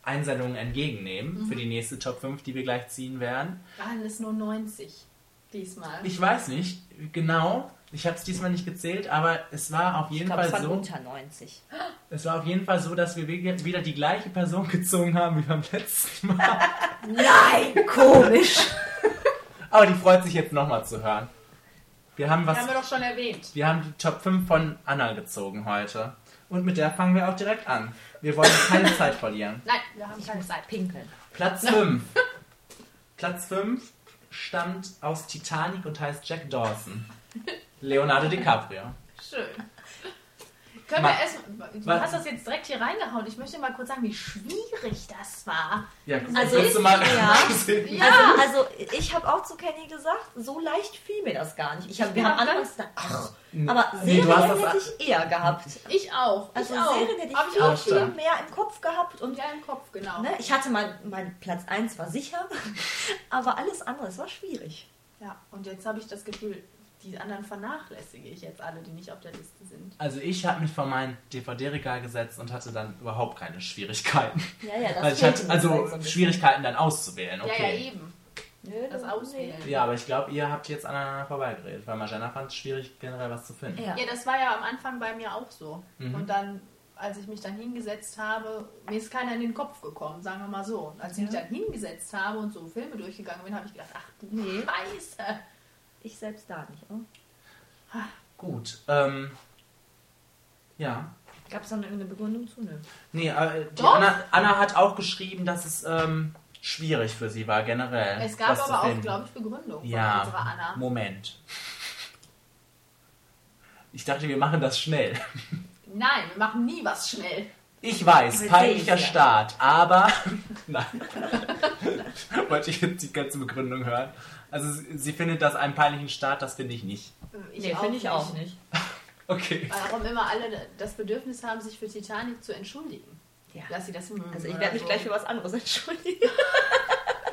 Einsendungen entgegennehmen für die nächste Top 5, die wir gleich ziehen werden. Waren es nur 90 diesmal? Ich weiß nicht genau. Ich habe es diesmal nicht gezählt, aber es war auf Ich jeden glaube, es Fall waren so. unter 90. Es war auf jeden Fall so, dass wir wege- wieder die gleiche Person gezogen haben wie beim letzten Mal. Nein, komisch. aber die freut sich jetzt nochmal zu hören. Wir haben was. haben wir doch schon erwähnt. Wir haben die Top 5 von Anna gezogen heute. Und mit der fangen wir auch direkt an. Wir wollen keine Zeit verlieren. Nein, wir haben Ich keine muss Zeit. halt pinkeln. Platz 5. Platz 5 stammt aus Titanic und heißt Jack Dawson. Leonardo DiCaprio. Schön. Können Ma- wir erstmal. Du Ma- hast das jetzt direkt hier reingehauen. Ich möchte mal kurz sagen, wie schwierig das war. Ja, Also willst du ist- mal ja. sehen? Also, also ich habe auch zu Kenny gesagt, so leicht fiel mir das gar nicht. Ich hab, wir Ja, haben dann- anfangs gedacht, ach, aber Nee, du hast Serien das- hätte ich eher gehabt. Ich auch. Also ich auch. Serien hätte ich Hab ich viel, auch schon. viel mehr im Kopf gehabt und Und ja, im Kopf, genau. ne, ich hatte mein, mein Platz 1 war sicher, aber alles andere, es war schwierig. Ja, und jetzt habe ich das Gefühl, die anderen vernachlässige ich jetzt alle, die nicht auf der Liste sind. Also ich habe mich vor mein DVD-Regal gesetzt und hatte dann überhaupt keine Schwierigkeiten. Ja, ja, das Weil ich fehlt hatte, mir also halt so ein bisschen. Schwierigkeiten dann auszuwählen, Ja, ja, okay. eben. Nö, Das das Auswählen. Ja, aber ich glaube, ihr habt jetzt aneinander vorbeigeredet, weil Magenta fand es schwierig, generell was zu finden. Ja. Ja, das war ja am Anfang bei mir auch so. Mhm. Und dann, als ich mich dann hingesetzt habe, mir ist keiner in den Kopf gekommen, sagen wir mal so. Und als ich mich Ja. dann hingesetzt habe und so Filme durchgegangen bin, habe ich gedacht, ach du Nee. Scheiße. Ich selbst da nicht. Oh. Gut, ähm, ja. Gab es noch eine Begründung zu? Nö. Nee, äh, die Doch. Anna, Anna hat auch geschrieben, dass es ähm, schwierig für sie war, generell. Es gab was zu aber auch, finden. glaube ich, Begründung von unserer Ja, Anna. Moment. Ich dachte, wir machen das schnell. Nein, wir machen nie was schnell. Ich weiß, Verstehe peinlicher ich ja. Start, aber. Nein. Wollte ich jetzt die ganze Begründung hören. Also, sie sie findet das einen peinlichen Start, das finde ich nicht. Ich nee, finde ich auch nicht. Okay. Warum immer alle das Bedürfnis haben, sich für Titanic zu entschuldigen. Ja. Dass sie das mögen. Also ich oder werde mich so. gleich für was anderes entschuldigen.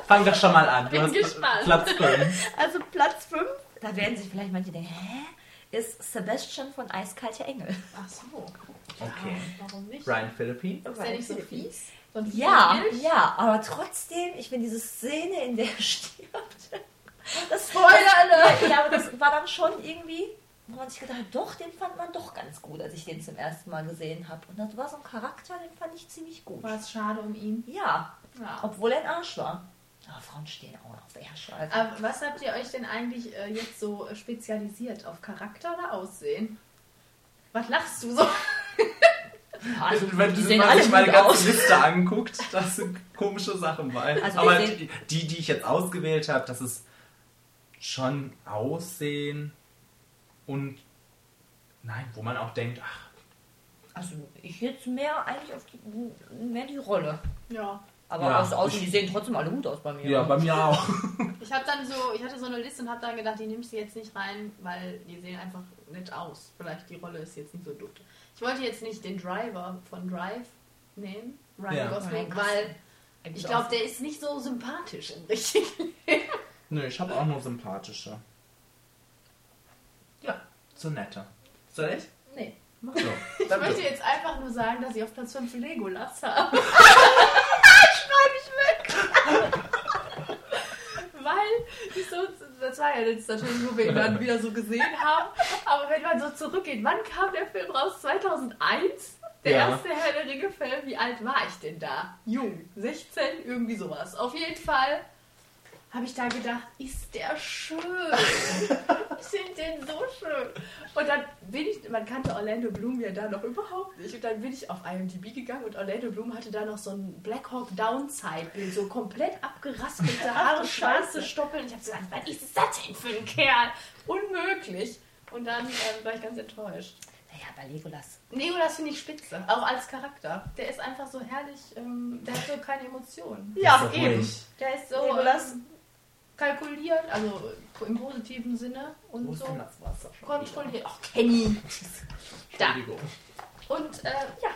Fang doch schon mal an. Du Bin hast gespannt. Platz 5. Also Platz 5. Da werden sich vielleicht manche denken, hä? Ist Sebastian von Eiskalte Engel. Ach so. Okay. Ja, warum nicht? Ryan Philippi. Ist der nicht so fies? So ein Ja, Viertel? ja, aber trotzdem, ich finde diese Szene, in der er stirbt. Das Spoiler alert! Ja, aber das war dann schon irgendwie, wo man sich gedacht hat, doch, den fand man doch ganz gut, als ich den zum ersten Mal gesehen habe. Und das war so ein Charakter, den fand ich ziemlich gut. War es schade um ihn? Ja, Ja. obwohl er ein Arsch war. Aber Frauen stehen auch auf Ärsche. Also. Ähm, Aber was habt ihr euch denn eigentlich äh, jetzt so spezialisiert? Auf Charakter oder Aussehen? Was lachst du so? Also, Wenn die du sehen mal alle sich meine gut ganze aus. Liste anguckt, da sind komische Sachen bei. Also wir Aber die, sehen- die, die ich jetzt ausgewählt habe, das ist schon Aussehen und nein, wo man auch denkt, ach, Also ich jetzt mehr eigentlich auf die, mehr die Rolle. Ja. Aber Ja, aus Außen, ich- die sehen trotzdem alle gut aus bei mir. ja, bei mir auch. Ich habe dann so, ich hatte so eine Liste und habe dann gedacht, die nimmst du jetzt nicht rein, weil die sehen einfach nicht aus. Vielleicht die Rolle ist jetzt nicht so doof. Ich wollte jetzt nicht den Driver von Drive nehmen, Ryan Ja. Gosling, Ryan Gosling. weil Eigentlich ich glaube, der ist nicht so sympathisch im richtigen Nö, ich habe auch nur sympathische. Ja, so nette. Soll ich? Nee. Mach so. Ich möchte jetzt einfach nur sagen, dass ich auf Platz 5 Legolas habe. Schreibe ich weg! Weil, ich so, das war ja jetzt natürlich, wo wir ihn dann wieder so gesehen haben. Aber wenn man so zurückgeht, wann kam der Film raus? 2001? Der Ja. erste Herr der Ringe-Film. Wie alt war ich denn da? Jung. 16? Irgendwie sowas. Auf jeden Fall habe ich da gedacht, ist der schön. ich finde den so schön. Und dann bin ich, man kannte Orlando Bloom ja da noch überhaupt nicht. Und dann bin ich auf IMDb gegangen und Orlando Bloom hatte da noch so ein Black Hawk Down Zeitbild, so komplett abgeraspelte Haare, schwarze Stoppeln. Ich habe gesagt, was ist das denn für ein Kerl? Unmöglich. Und dann ähm, war ich ganz enttäuscht. Naja, bei Legolas. Legolas finde ich spitze, auch als Charakter. Der ist einfach so herrlich, ähm, der hat so keine Emotionen. Ja, eben. Der ist so Legolas. ähm, kalkuliert, also im positiven Sinne und Wo ist denn so das Wasser? schon wieder? kontrolliert. Ach, Kenny. Da. Entschuldigung. Und äh, ja,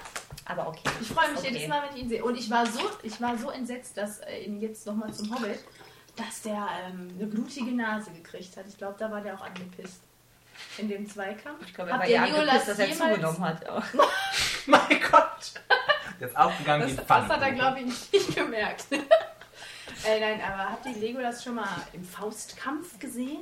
Aber okay. ich freue mich Okay. jedes Mal, wenn ich ihn sehe. Und ich war so, ich war so entsetzt, dass äh, ihn jetzt nochmal zum Hobbit, dass der ähm, eine blutige Nase gekriegt hat. Ich glaube, da war der auch angepisst. In dem Zweikampf. Ich glaube, er Habt war ihr ja Legolas angepisst, dass er jemals- zugenommen hat. Aber- Mein Gott. Jetzt aufgegangen Das, wie ein das hat er, Pfannkuchen. glaube ich, nicht gemerkt. äh, nein, aber habt ihr Legolas schon mal im Faustkampf gesehen?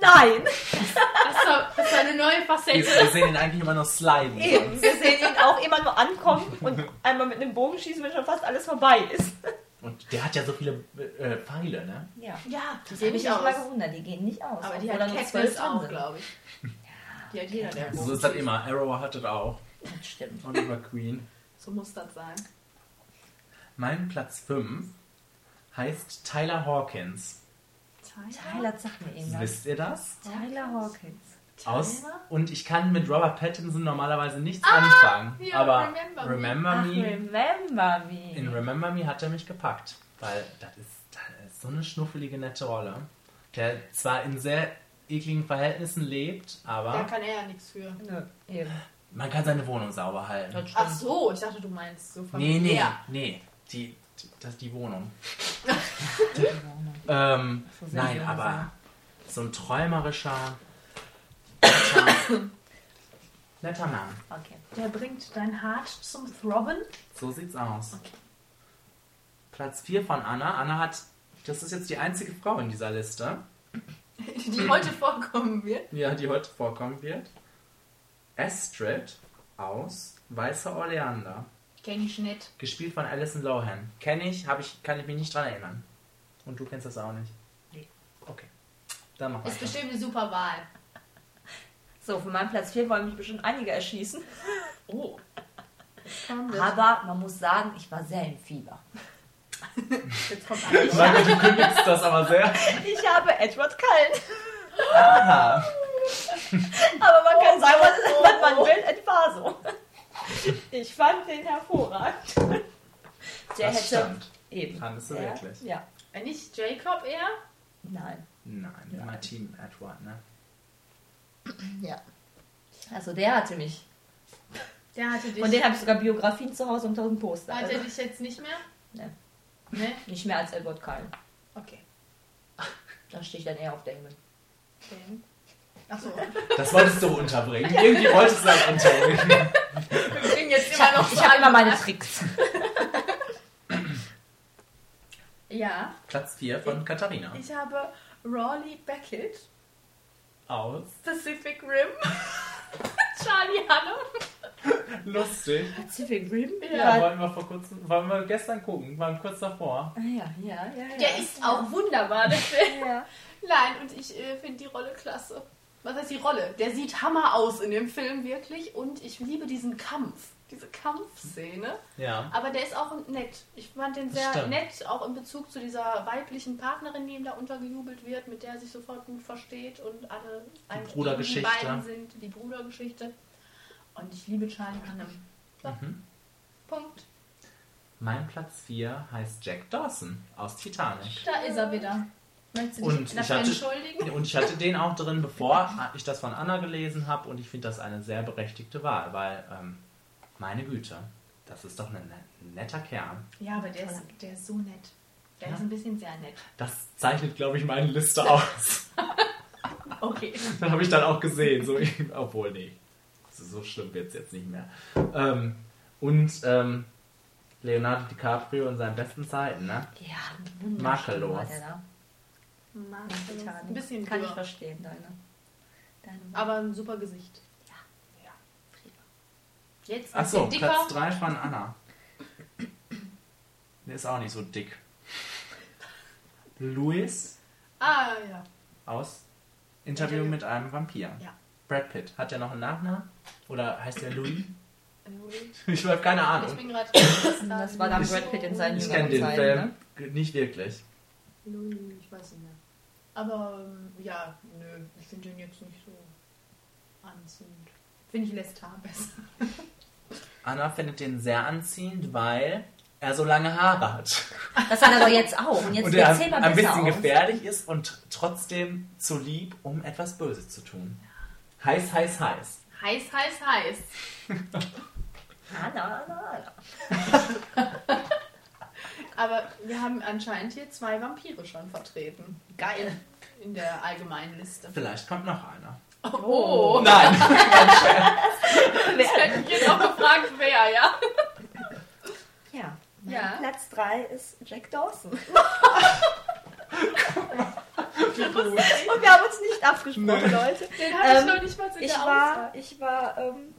Nein! Das ist doch- das ist doch eine neue Wir, Facette. wir sehen ihn eigentlich immer nur sliden. Eben. Wir sehen ihn auch immer nur ankommen und einmal mit einem Bogen schießen, wenn schon fast alles vorbei ist. Und der hat ja so viele äh, Pfeile, ne? Ja. Ja, das Die sehe habe ich ich auch mal aus. gewundert, die gehen nicht aus. Aber die obwohl da hat nur Katniss drin auch, sind. Also glaube ich. Die hat jeder der So ist das immer. halt Arrow hat das auch. Das stimmt. Oliver Queen. So muss das sein. Mein Platz 5 heißt Tyler Hawkins. Tyler sagt mir irgendwas. Wisst ihr das? Tyler Hawkins. Aus, Tyler? und ich kann mit Robert Pattinson normalerweise nichts anfangen. ja, aber Remember Remember Me. Ach, Me, remember me. in Remember Me hat er mich gepackt. Weil das ist, das ist so eine schnuffelige, nette Rolle. Der zwar in sehr ekligen Verhältnissen lebt, Da aber kann er ja nichts für. Nö, eben. man kann seine Wohnung sauber halten. Ach so, ich dachte, du meinst so Nee, nee, Ja. nee. Die, die, das ist die Wohnung. ähm, So sehr nein, jung aber sein. so ein träumerischer, netter, netter Mann. Okay. Der bringt dein Hart zum Throbben. So sieht's aus. Platz 4 von Anna. Anna hat, das ist jetzt die einzige Frau in dieser Liste, die heute vorkommen wird. ja, die heute vorkommen wird. Astrid aus Weißer Oleander. Kenn ich nicht. Gespielt von Alison Lohan. Kenne ich, hab ich, kann ich mich nicht dran erinnern. Und du kennst das auch nicht? Nee. Okay. Dann mach Ist weiter. bestimmt eine super Wahl. So, von meinem Platz 4 wollen mich bestimmt einige erschießen. Oh. Aber man muss sagen, ich war sehr im Fieber. Jetzt kommt eine. Sandra, du kündigst das aber sehr. Ich habe Edward Cullen. Aha. Aber man kann sagen, was, oh, was man oh. will, es war so. Ich fand den hervorragend. Der Das hätte stimmt. eben. Fandest du Ja, wirklich? Ja. Wenn nicht Jacob eher? Nein. Nein, Nein. immer Team Edward, ne? Ja. Also der hatte mich. Der hatte dich. Von denen habe ich sogar Biografien zu Hause und 1000 Poster. hat Also, er dich jetzt nicht mehr? ne, Ne? nicht mehr als Edward Cullen. Okay. Da stehe ich dann eher auf der Himmel. okay. Achso. Das wolltest du unterbringen. Irgendwie wolltest du das unterbringen. Wir bringen jetzt Ich immer noch habe hab immer meine Tricks. Ja, Platz 4 von Katharina. ich habe Raleigh Beckett, Aus. Pacific Rim, Charlie Hanno. Lustig. Pacific Rim? Ja, wollen wir vor kurzem, wollen wir gestern gucken, waren kurz davor. Ah, ja, ja, ja, ja. Der ist auch wunderbar, der Film. Ja. Nein, und ich äh, finde die Rolle klasse. Was heißt die Rolle? Der sieht Hammer aus in dem Film wirklich und ich liebe diesen Kampf, diese Kampfszene. Ja. Aber der ist auch nett. Ich fand den Das sehr stimmt. nett, auch in Bezug zu dieser weiblichen Partnerin, die ihm da untergejubelt wird, mit der er sich sofort gut versteht und alle eigentlich Brudergeschichte. Die beiden sind die Brudergeschichte. Und ich liebe Charlie Hunnam. So. Mhm. Punkt. Mein Platz 4 heißt Jack Dawson aus Titanic. Da ist er wieder. Möchtest du dich Und ich dafür hatte- entschuldigen? Und ich hatte den auch drin, bevor ich das von Anna gelesen habe und ich finde das eine sehr berechtigte Wahl, weil, ähm, meine Güte, das ist doch ein ne- netter Kerl. Ja, aber der ist, der ist so nett. Der Ja. ist ein bisschen sehr nett. Das zeichnet, glaube ich, meine Liste aus. Okay. Dann habe ich dann auch gesehen, so, obwohl, nee, so, so schlimm wird es jetzt nicht mehr. Ähm, und ähm, Leonardo DiCaprio in seinen besten Zeiten, ne? Ja, wunderschön Makellos. war der da. Titanic. Ein bisschen Kann ich drüber. verstehen, deine. deine Aber ein super Gesicht. ja. prima. Jetzt ein Achso, bisschen dicker. Platz 3 von Anna. Der ist auch nicht so dick. Louis Ah, ja. aus Interview Interview. mit einem Vampir. Ja. Brad Pitt. Hat der noch einen Nachnamen? Oder heißt der Louis? Ich Ich habe keine Ahnung. bin gerade. Das war dann Brad Pitt in seinen Ich jüngeren kenne den Zeiten, ne? Film ne? nicht wirklich. Louis, ich weiß nicht mehr. Aber ähm, ja, nö, ich finde den jetzt nicht so anziehend. Finde ich Lestar besser. Anna findet den sehr anziehend, weil er so lange Haare hat. Das hat er doch jetzt auch. Und jetzt und und er erzähl ein, mal ein besser bisschen aus. gefährlich ist und trotzdem zu lieb, um etwas Böses zu tun. Heiß, heiß, heiß. Heiß, heiß, heiß. Anna, Anna, Anna. Aber wir haben anscheinend hier zwei Vampire schon vertreten. Geil. In der allgemeinen Liste. Vielleicht kommt noch einer. Oh, Nein! das hätte ich jetzt auch gefragt, wer, ja? Ja. Ja. Platz 3 ist Jack Dawson. Und wir haben uns nicht abgesprochen, Leute. Den hatte ich Ähm, noch nicht mal in Ich der war, ich war, ähm,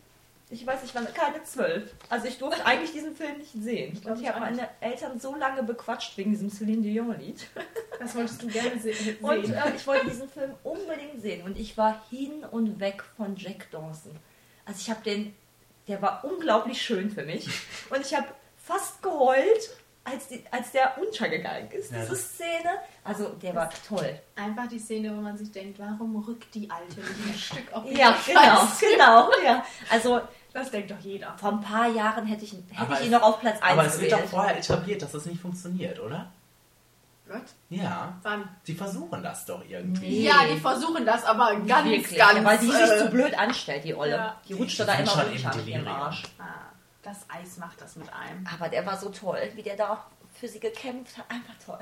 ich weiß, ich war keine zwölf. Also ich durfte eigentlich diesen Film nicht sehen. glaub, Und ich ich habe auch nicht. meine Eltern so lange bequatscht wegen diesem Celine Dion-Lied. Das wolltest du gerne se sehen. Und äh, ich wollte diesen Film unbedingt sehen. Und ich war hin und weg von Jack Dawson. Also ich habe den, der war unglaublich schön für mich. Und ich habe fast geheult, als, die, als der untergegangen ist, Ja, diese das- Szene. Also, der war toll. Einfach die Szene, wo man sich denkt, warum rückt die Alte mit dem Stück auf Ja, den genau, Scheiß? genau. Ja. Also, Das denkt doch jeder. vor ein paar Jahren hätte ich, ihn- hätte Aber ich es- ihn noch auf Platz 1 Aber es wird doch gewählt. vorher etabliert, dass das nicht funktioniert, oder? Was? Ja. Wann? Die versuchen das doch irgendwie. Nee. Ja, die versuchen das aber ganz, Wirklich, ganz. weil die sich äh, zu blöd anstellt, die Olle. ja. Die rutscht Die doch da sind immer schon runter im mit ihrem Delirium. Arsch. ah, das Eis macht das mit einem. Aber der war so toll, wie der da für sie gekämpft hat. Einfach toll.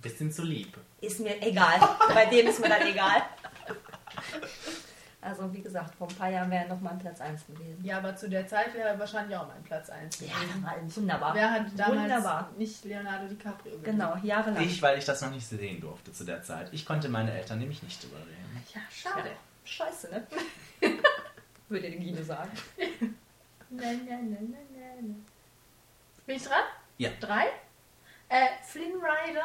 Bisschen zu lieb. Ist mir egal. Bei dem ist mir dann egal. Also, wie gesagt, vor ein paar Jahren wäre er nochmal ein Platz 1 gewesen. Ja, aber zu der Zeit wäre wahrscheinlich auch mein Platz 1 Ja, war wunderbar. Wer hat damals wunderbar. nicht Leonardo DiCaprio gesehen? Genau, jahrelang. Ich, weil ich das noch nicht sehen durfte zu der Zeit. Ich konnte meine Eltern nämlich nicht drüber reden. Ja, schade. Scheiße, ne? Würde der Guido sagen. Nein, nein, nein, nein, nein. Bin ich dran? Ja. Drei? Äh, Flynn Rider?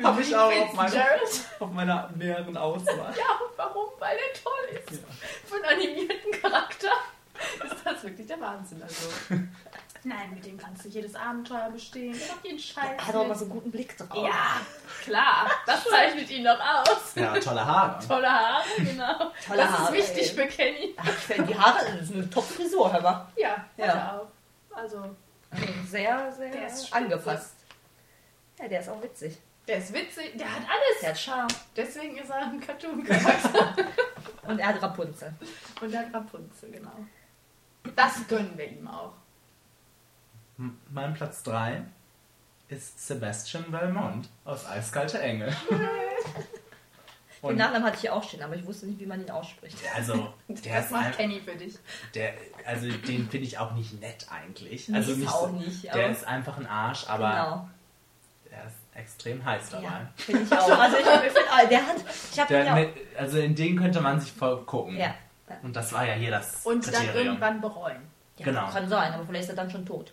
Oder Hab ich auch auf meiner- Fitzgerald? Auf meiner näheren Auswahl. Ja, und warum? Weil der toll ist. Für einen animierten Charakter ist das wirklich der Wahnsinn. Also. Nein, mit dem kannst du jedes Abenteuer bestehen. Mach jeden Scheiß. Er hat auch mal so einen guten Blick drauf. ja, klar. Das zeichnet ihn doch aus. Ja, tolle Haare. Tolle Haare, genau. Tolle das Haare, ist wichtig ey. für Kenny. Ach, wenn die Haare, das ist eine Top-Frisur, hör mal. Ja, hat Ja. er auch. Also, Sehr, sehr Der ist spitze. angepasst. Ja, der ist auch witzig. der ist witzig, der hat alles. Der hat Charme. Deswegen ist er ein Cartoon-Charakter. Und er hat Rapunzel. Und der hat Rapunzel, genau. Das gönnen wir ihm auch. M- Hm, Mein Platz 3 ist Sebastian Valmont aus Eiskalte Engel. Den Und Nachnamen hatte ich hier auch stehen, aber ich wusste nicht, wie man ihn ausspricht. also, der das ist macht ein, Kenny für dich. der, also den finde ich auch nicht nett eigentlich. Nee, Also ist nicht, auch so- nicht, aber- Der ist einfach ein Arsch, aber Genau. der ist extrem heiß dabei. Ja, finde ich auch. Also ich, ich find, ah, der hat, ich habe ihn Der, ja auch. ne, also in den könnte man sich voll gucken. Ja. Und das war ja hier das Und dann Kriterium. irgendwann bereuen. ja, genau. Kann sein, aber vielleicht ist er dann schon tot.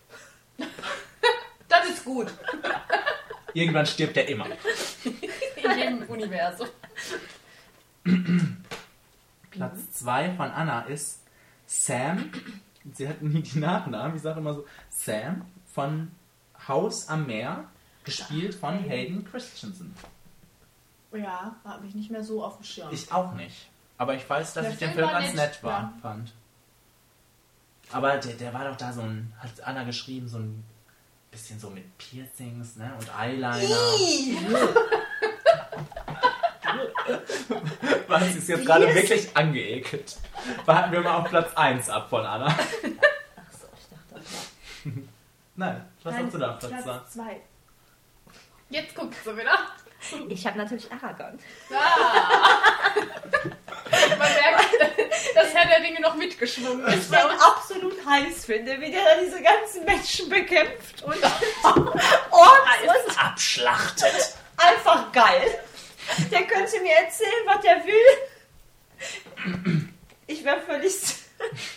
Das ist gut. irgendwann stirbt er immer. In jedem Universum. Platz 2 von Anna ist Sam. Sie hat nie die Nachnamen. Ich sage immer so Sam von Haus am Meer, gespielt von Hayden Christensen. Ja, habe ich nicht mehr so auf dem Schirm. Ich auch nicht. Aber ich weiß, dass Der ich den Film Film war ganz nett, nett war, ja. fand. Aber der, der war doch da so ein, hat Anna geschrieben, so ein bisschen so mit Piercings ne? und Eyeliner. Was ist jetzt gerade Piercing. wirklich angeekelt. Warten wir mal auf Platz 1 ab von Anna. Ach so, ich dachte, das war- Nein, was Nein, hast du da auf Platz 2? Platz zwei. Jetzt guckst du wieder. ich habe natürlich Aragorn. Ah. Man merkt, dass Herr der Dinge noch mitgeschwungen ist. den absolut heiß finde, wie der da diese ganzen Menschen bekämpft und Orks und Abschlachtet! einfach geil. Der könnte mir erzählen, was er will. Ich wäre völlig,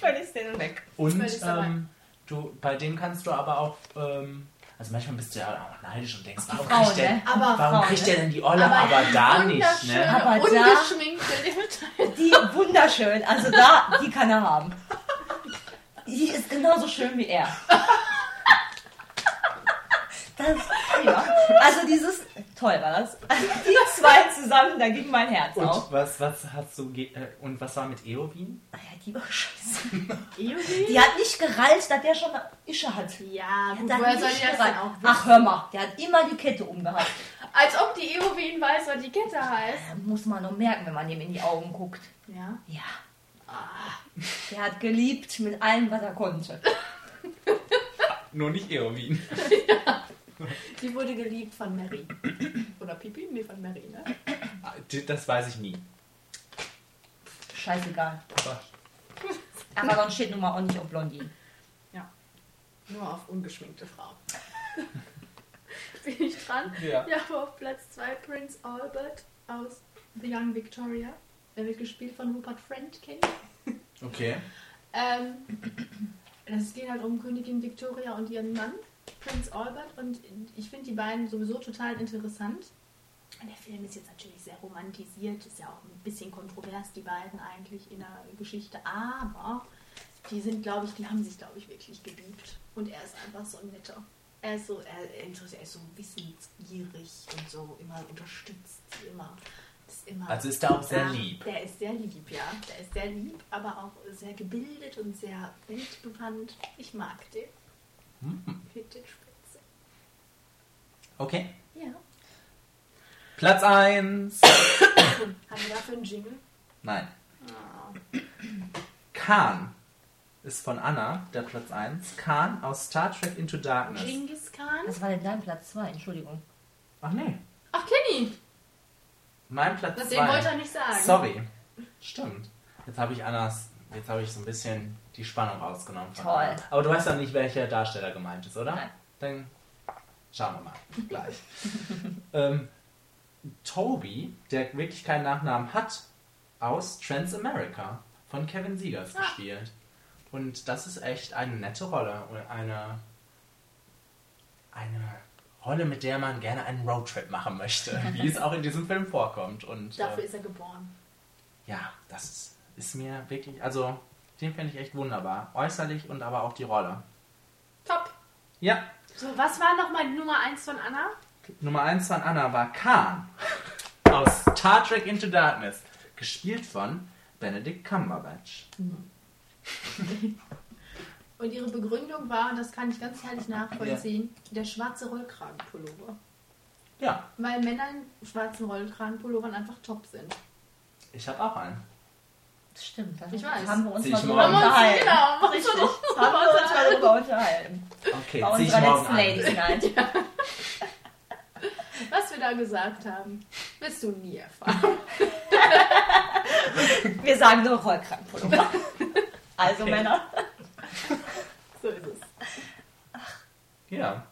völlig den weg. Und Völlig dabei. ähm, du, bei dem kannst du aber auch. Ähm, also manchmal bist du ja auch neidisch und denkst, warum, Frauen, kriegt, der, ne? Aber warum Frauen, kriegt ne? der denn die Olle, aber, da nicht, ne? Aber da- ungeschminkte Die wunderschön, also da, die kann er haben. Die ist genauso schön wie er. Das, ja. Also dieses, toll war das. Also die zwei zusammen, da ging mein Herz auf. Und was, was hast du ge- äh, und was war mit Eowyn? Ah Ja, die war scheiße. Eowyn? Die hat nicht gerallt, dass der schon eine Ische hat. Ja, gut, Dann woher nicht soll die das gerallt. denn auch wissen? Ach, hör mal, der hat immer die Kette umgehabt. Als ob die Eowyn weiß, was die Kette heißt. Das muss man nur merken, wenn man dem in die Augen guckt. Ja. Ja. Ah. Der hat geliebt mit allem, was er konnte. Nur nicht Eowyn. Die wurde geliebt von Mary. Oder Pipi? Nee, von Mary, ne? Ah, d- Das weiß ich nie. Scheißegal. Aber Aber sonst steht nun mal auch nicht auf Blondinen. Ja. Nur auf ungeschminkte Frau. Bin ich dran? Ja. Ja, aber auf Platz 2 Prince Albert aus The Young Victoria. Der wird gespielt von Rupert Friendkin. Okay. Ähm, es geht halt um Königin Victoria und ihren Mann, Prinz Albert. Und ich finde die beiden sowieso total interessant. Der Film ist jetzt natürlich sehr romantisiert, ist ja auch ein bisschen kontrovers, die beiden eigentlich in der Geschichte, aber die sind, glaube ich, die haben sich, glaube ich, wirklich geliebt. Und er ist einfach so ein netter. Er ist so, er, er interess- er ist so wissensgierig und so immer unterstützt, sie immer. Ist immer Also ist er auch sehr Ja, lieb. Der ist sehr lieb, ja. Der ist sehr lieb, aber auch sehr gebildet und sehr weltbewandt. Ich mag den. Mhm. Find den spitze. Okay. Ja. Platz 1. Haben wir dafür einen Jingle? Nein. Ah. Khan ist von Anna, der Platz 1. Khan aus Star Trek Into Darkness. Genghis Khan? Was war denn dein Platz 2? Entschuldigung. Ach nee. Ach, Kenny! Mein Platz Das 2. den wollte er nicht sagen. Sorry. Stimmt. Jetzt habe ich Annas, jetzt habe ich so ein bisschen die Spannung rausgenommen. von Toll. Anna. Aber du weißt ja nicht, welcher Darsteller gemeint ist, oder? Nein. Dann schauen wir mal gleich. ähm, Toby, der wirklich keinen Nachnamen hat, aus Transamerica von Kevin Siegers Ah. gespielt. Und das ist echt eine nette Rolle und eine eine Rolle, mit der man gerne einen Roadtrip machen möchte, wie es auch in diesem Film vorkommt. Und Dafür äh, ist er geboren. ja, das ist, ist mir wirklich, also den fände ich echt wunderbar. Äußerlich und aber auch die Rolle. Top! Ja, So, was war nochmal Nummer 1 von Anna? Nummer 1 von Anna war Khan aus Star Trek Into Darkness, gespielt von Benedict Cumberbatch. Und ihre Begründung war, und das kann ich ganz herrlich nachvollziehen, der schwarze Rollkragenpullover. Ja, Weil Männer in schwarzen Rollkragenpullovern einfach top sind. ich habe auch einen. Das stimmt. Das Ich weiß. Haben wir uns Sehe mal ich drüber morgen. unterhalten. Haben wir uns- Richtig. genau, haben wir uns Haben wir uns mal drüber unterhalten. Okay, Bei zieh ich unserer morgen letzten an. Ladies Night. genau. Was wir da gesagt haben, wirst du nie erfahren. Wir sagen nur Rollkragenpullover. Also Okay. Männer. So ist es. Ja.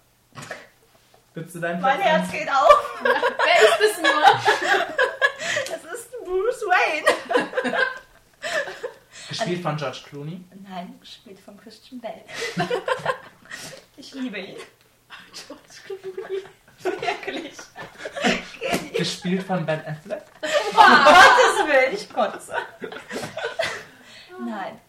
Willst du deinen Mein Platz Herz geht auf. Wer ist es nur? Es ist Bruce Wayne. nehmen? Gespielt von George Clooney. Nein, gespielt von Christian Bale. Ich liebe ihn. Wirklich. Genial. Gespielt von Ben Affleck. Gottes Willen, ich kotze. Nein.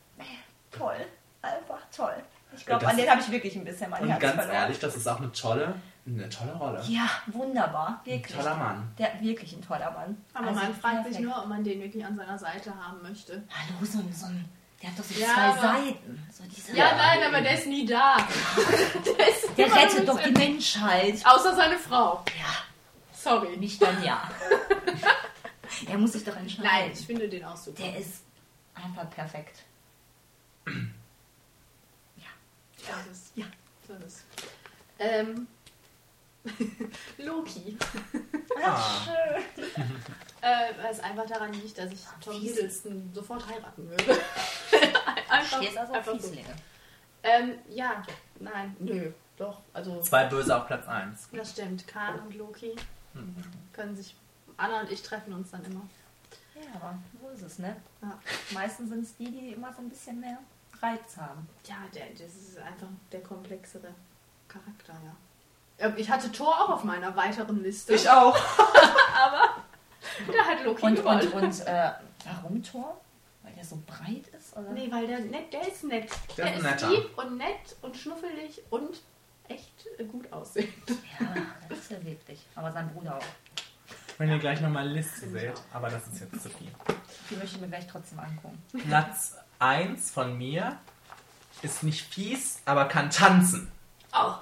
Toll. Einfach toll. Ich glaube, Das- an den habe ich wirklich ein bisschen mein Und Herz ganz verloren. ehrlich, das ist auch eine tolle, eine tolle Rolle. Ja, wunderbar. Wirklich. Toller Mann. Der, wirklich ein toller Mann. Aber Also man fragt sich perfekt. nur, ob man den wirklich an seiner Seite haben möchte. Hallo, so ein, so ein der hat doch so Ja, zwei aber- Seiten. So diese, Ja, Ja, nein, eben. aber der ist nie da. Der, ist der immer nur rettet mit doch seinem- die Menschheit. Außer seine Frau. Ja, Sorry. nicht dann ja. er muss sich doch entscheiden. Nein, ich finde den auch super. Der ist einfach perfekt. Ja, das, ja, das ist. Ähm, Loki. Ah. schön. Äh, weil es einfach daran liegt, dass ich Tom fies. Hiddleston sofort heiraten würde. einfach, Stehst also auf einfach so. Fieslinge. Ähm, ja, nein, nö, doch. Also, Zwei Böse auf Platz 1. das stimmt. Khan und Loki Mhm. können sich. Anna und ich treffen uns dann immer. Ja, aber so ist es, ne? Ja, Meistens sind es die, die immer so ein bisschen mehr Reiz haben. ja der, das ist einfach der komplexere Charakter, ja. Ähm, Ich hatte Thor auch auf meiner weiteren Liste, Ich auch. aber da hat Loki Und, gewonnen. und, und äh, warum Tor? Weil der so breit ist? Oder? Nee, weil der, nett, der ist nett. Der Der, ist ist netter. lieb und nett und schnuffelig und echt äh, gut aussehend. Ja, das ist ja wirklich. Aber sein Bruder auch. Wenn ihr gleich nochmal Liste seht, aber das ist jetzt zu viel. Die möchte ich mir gleich trotzdem angucken. Platz 1 von mir ist nicht fies, aber kann tanzen. Oh,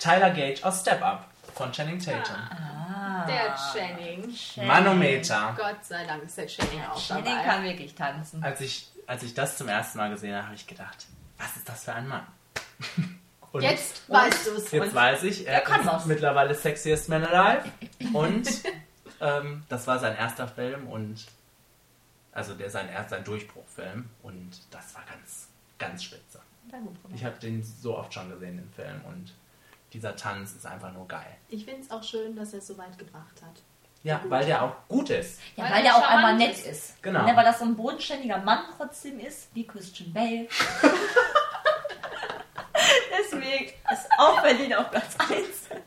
Tyler Gage aus Step Up von Channing Tatum. Ah. der Channing. Manometer. Gott sei Dank ist der Channing auch Channing dabei. kann wirklich tanzen. Als ich, als ich das zum ersten Mal gesehen habe, habe ich gedacht, was ist das für ein Mann? Und Jetzt weißt du es. jetzt weiß ich, er er kann ist was. mittlerweile Sexiest Man Alive. Und ähm, das war sein erster Film und also der sein erster Durchbruchfilm und das war ganz, ganz spitze. Na gut, Bruder. Ich habe den so oft schon gesehen, den Film, und dieser Tanz ist einfach nur geil. Ich finde es auch schön, dass er es so weit gebracht hat. Ja, weil der auch gut ist. Ja, Weil weil er der auch charmant einmal nett ist. ist. Genau. Ne, weil das so ein bodenständiger Mann trotzdem ist, wie Christian Bale. Deswegen ist auch Berlin auf Platz 1.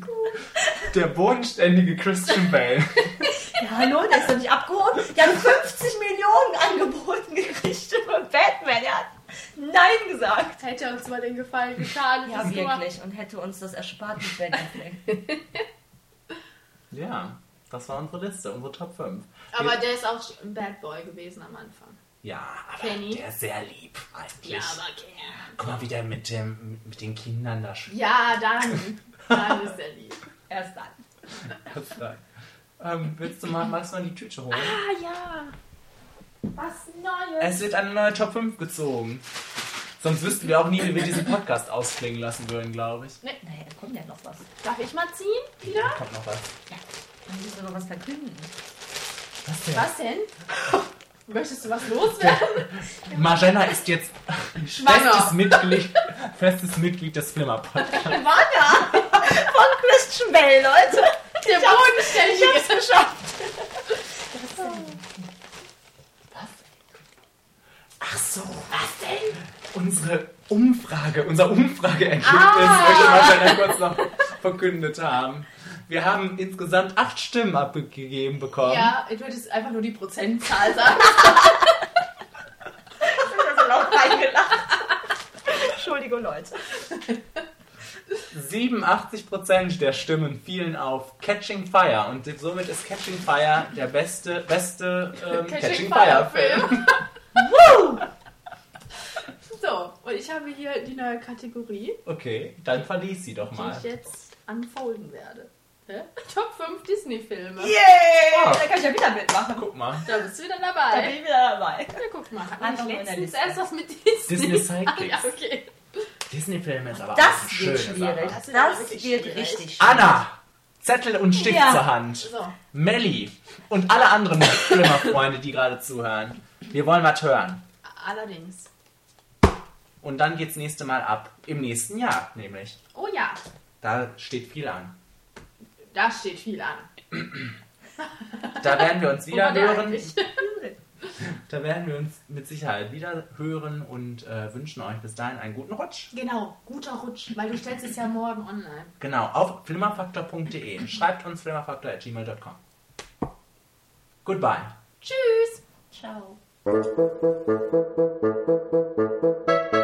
Gut. Der bodenständige Christian Bale. Ja, hallo, der ist doch nicht abgehoben. Die haben 50 Millionen angeboten gekriegt für Batman. Er hat Nein gesagt. Hätte uns mal den Gefallen getan. Ja, das ist nur- wirklich. Und hätte uns das erspart mit Ben Affleck. Ja, das war unsere Liste, unsere Top 5. Aber der ist auch ein Bad Boy gewesen am Anfang. ja, aber Kenny. der ist sehr lieb eigentlich. Ja, aber okay. Guck mal, wie der mit, dem, mit den Kindern da spielt. Ja, dann. Dann ist er lieb. Erst dann. ähm, willst du mal, magst du mal die Tüte holen? Ah ja. Was Neues. Es wird eine neue Top 5 gezogen. Sonst wüssten wir auch nie, wie wir diesen Podcast ausklingen lassen würden, glaube ich. Naja, kommt ja noch was. Darf ich mal ziehen? Wieder? Da kommt noch was. Dann müssen wir noch was verkünden. Was denn? Was denn? Möchtest du was loswerden? Marjana ist jetzt festes Mitglied, festes Mitglied des Flimmer-Podcasts. War da! Von Christian Bell, Leute. Der Bodenständige. hab's geschafft. Ach so. Was denn? Unsere Umfrage, unser Umfrageergebnis, Ah. möchte Marjana kurz noch verkündet haben. Wir haben insgesamt acht Stimmen abgegeben bekommen. Ja, du hättest einfach nur die Prozentzahl sagen. Ich hab so laut reingelacht. Entschuldigung, Leute. 87% der Stimmen fielen auf Catching Fire und somit ist Catching Fire der beste, beste ähm, Catching, Fire Film. so, und ich habe hier die neue Kategorie, Okay, dann verlies sie doch die mal. ich jetzt unfolden werde. Hä? Top 5 Disney-Filme. Yay! Ah. Da kann ich ja wieder mitmachen. Guck mal. Da bist du wieder Da bin dabei. ich wieder dabei. Ja, guck mal. Ah, Hat doch, ich in der letztens Liste. erst was mit Disney. Disney Sidekicks. Ah, ja, okay. Disney-Filme ist aber auch Das eine schöne wird schwierig. Sache. Das wird Das wirklich wird schwierig. richtig schwierig. Anna, Zettel und Stift Ja. zur Hand. So, Melli und alle anderen Flimmerfreunde, die gerade zuhören. Wir wollen was hören. allerdings. Und dann geht's nächste Mal ab. Im nächsten Jahr nämlich. Oh ja, Da steht viel an. da steht viel an. Da werden wir uns Wo wieder war der hören. eigentlich? Da werden wir uns mit Sicherheit wieder hören und äh, wünschen euch bis dahin einen guten Rutsch. Genau, guter Rutsch, weil du stellst es ja morgen online. Genau, auf flimmerfaktor.de. Schreibt uns flimmerfaktor.gmail.com. Goodbye. Tschüss. Ciao. Thank you.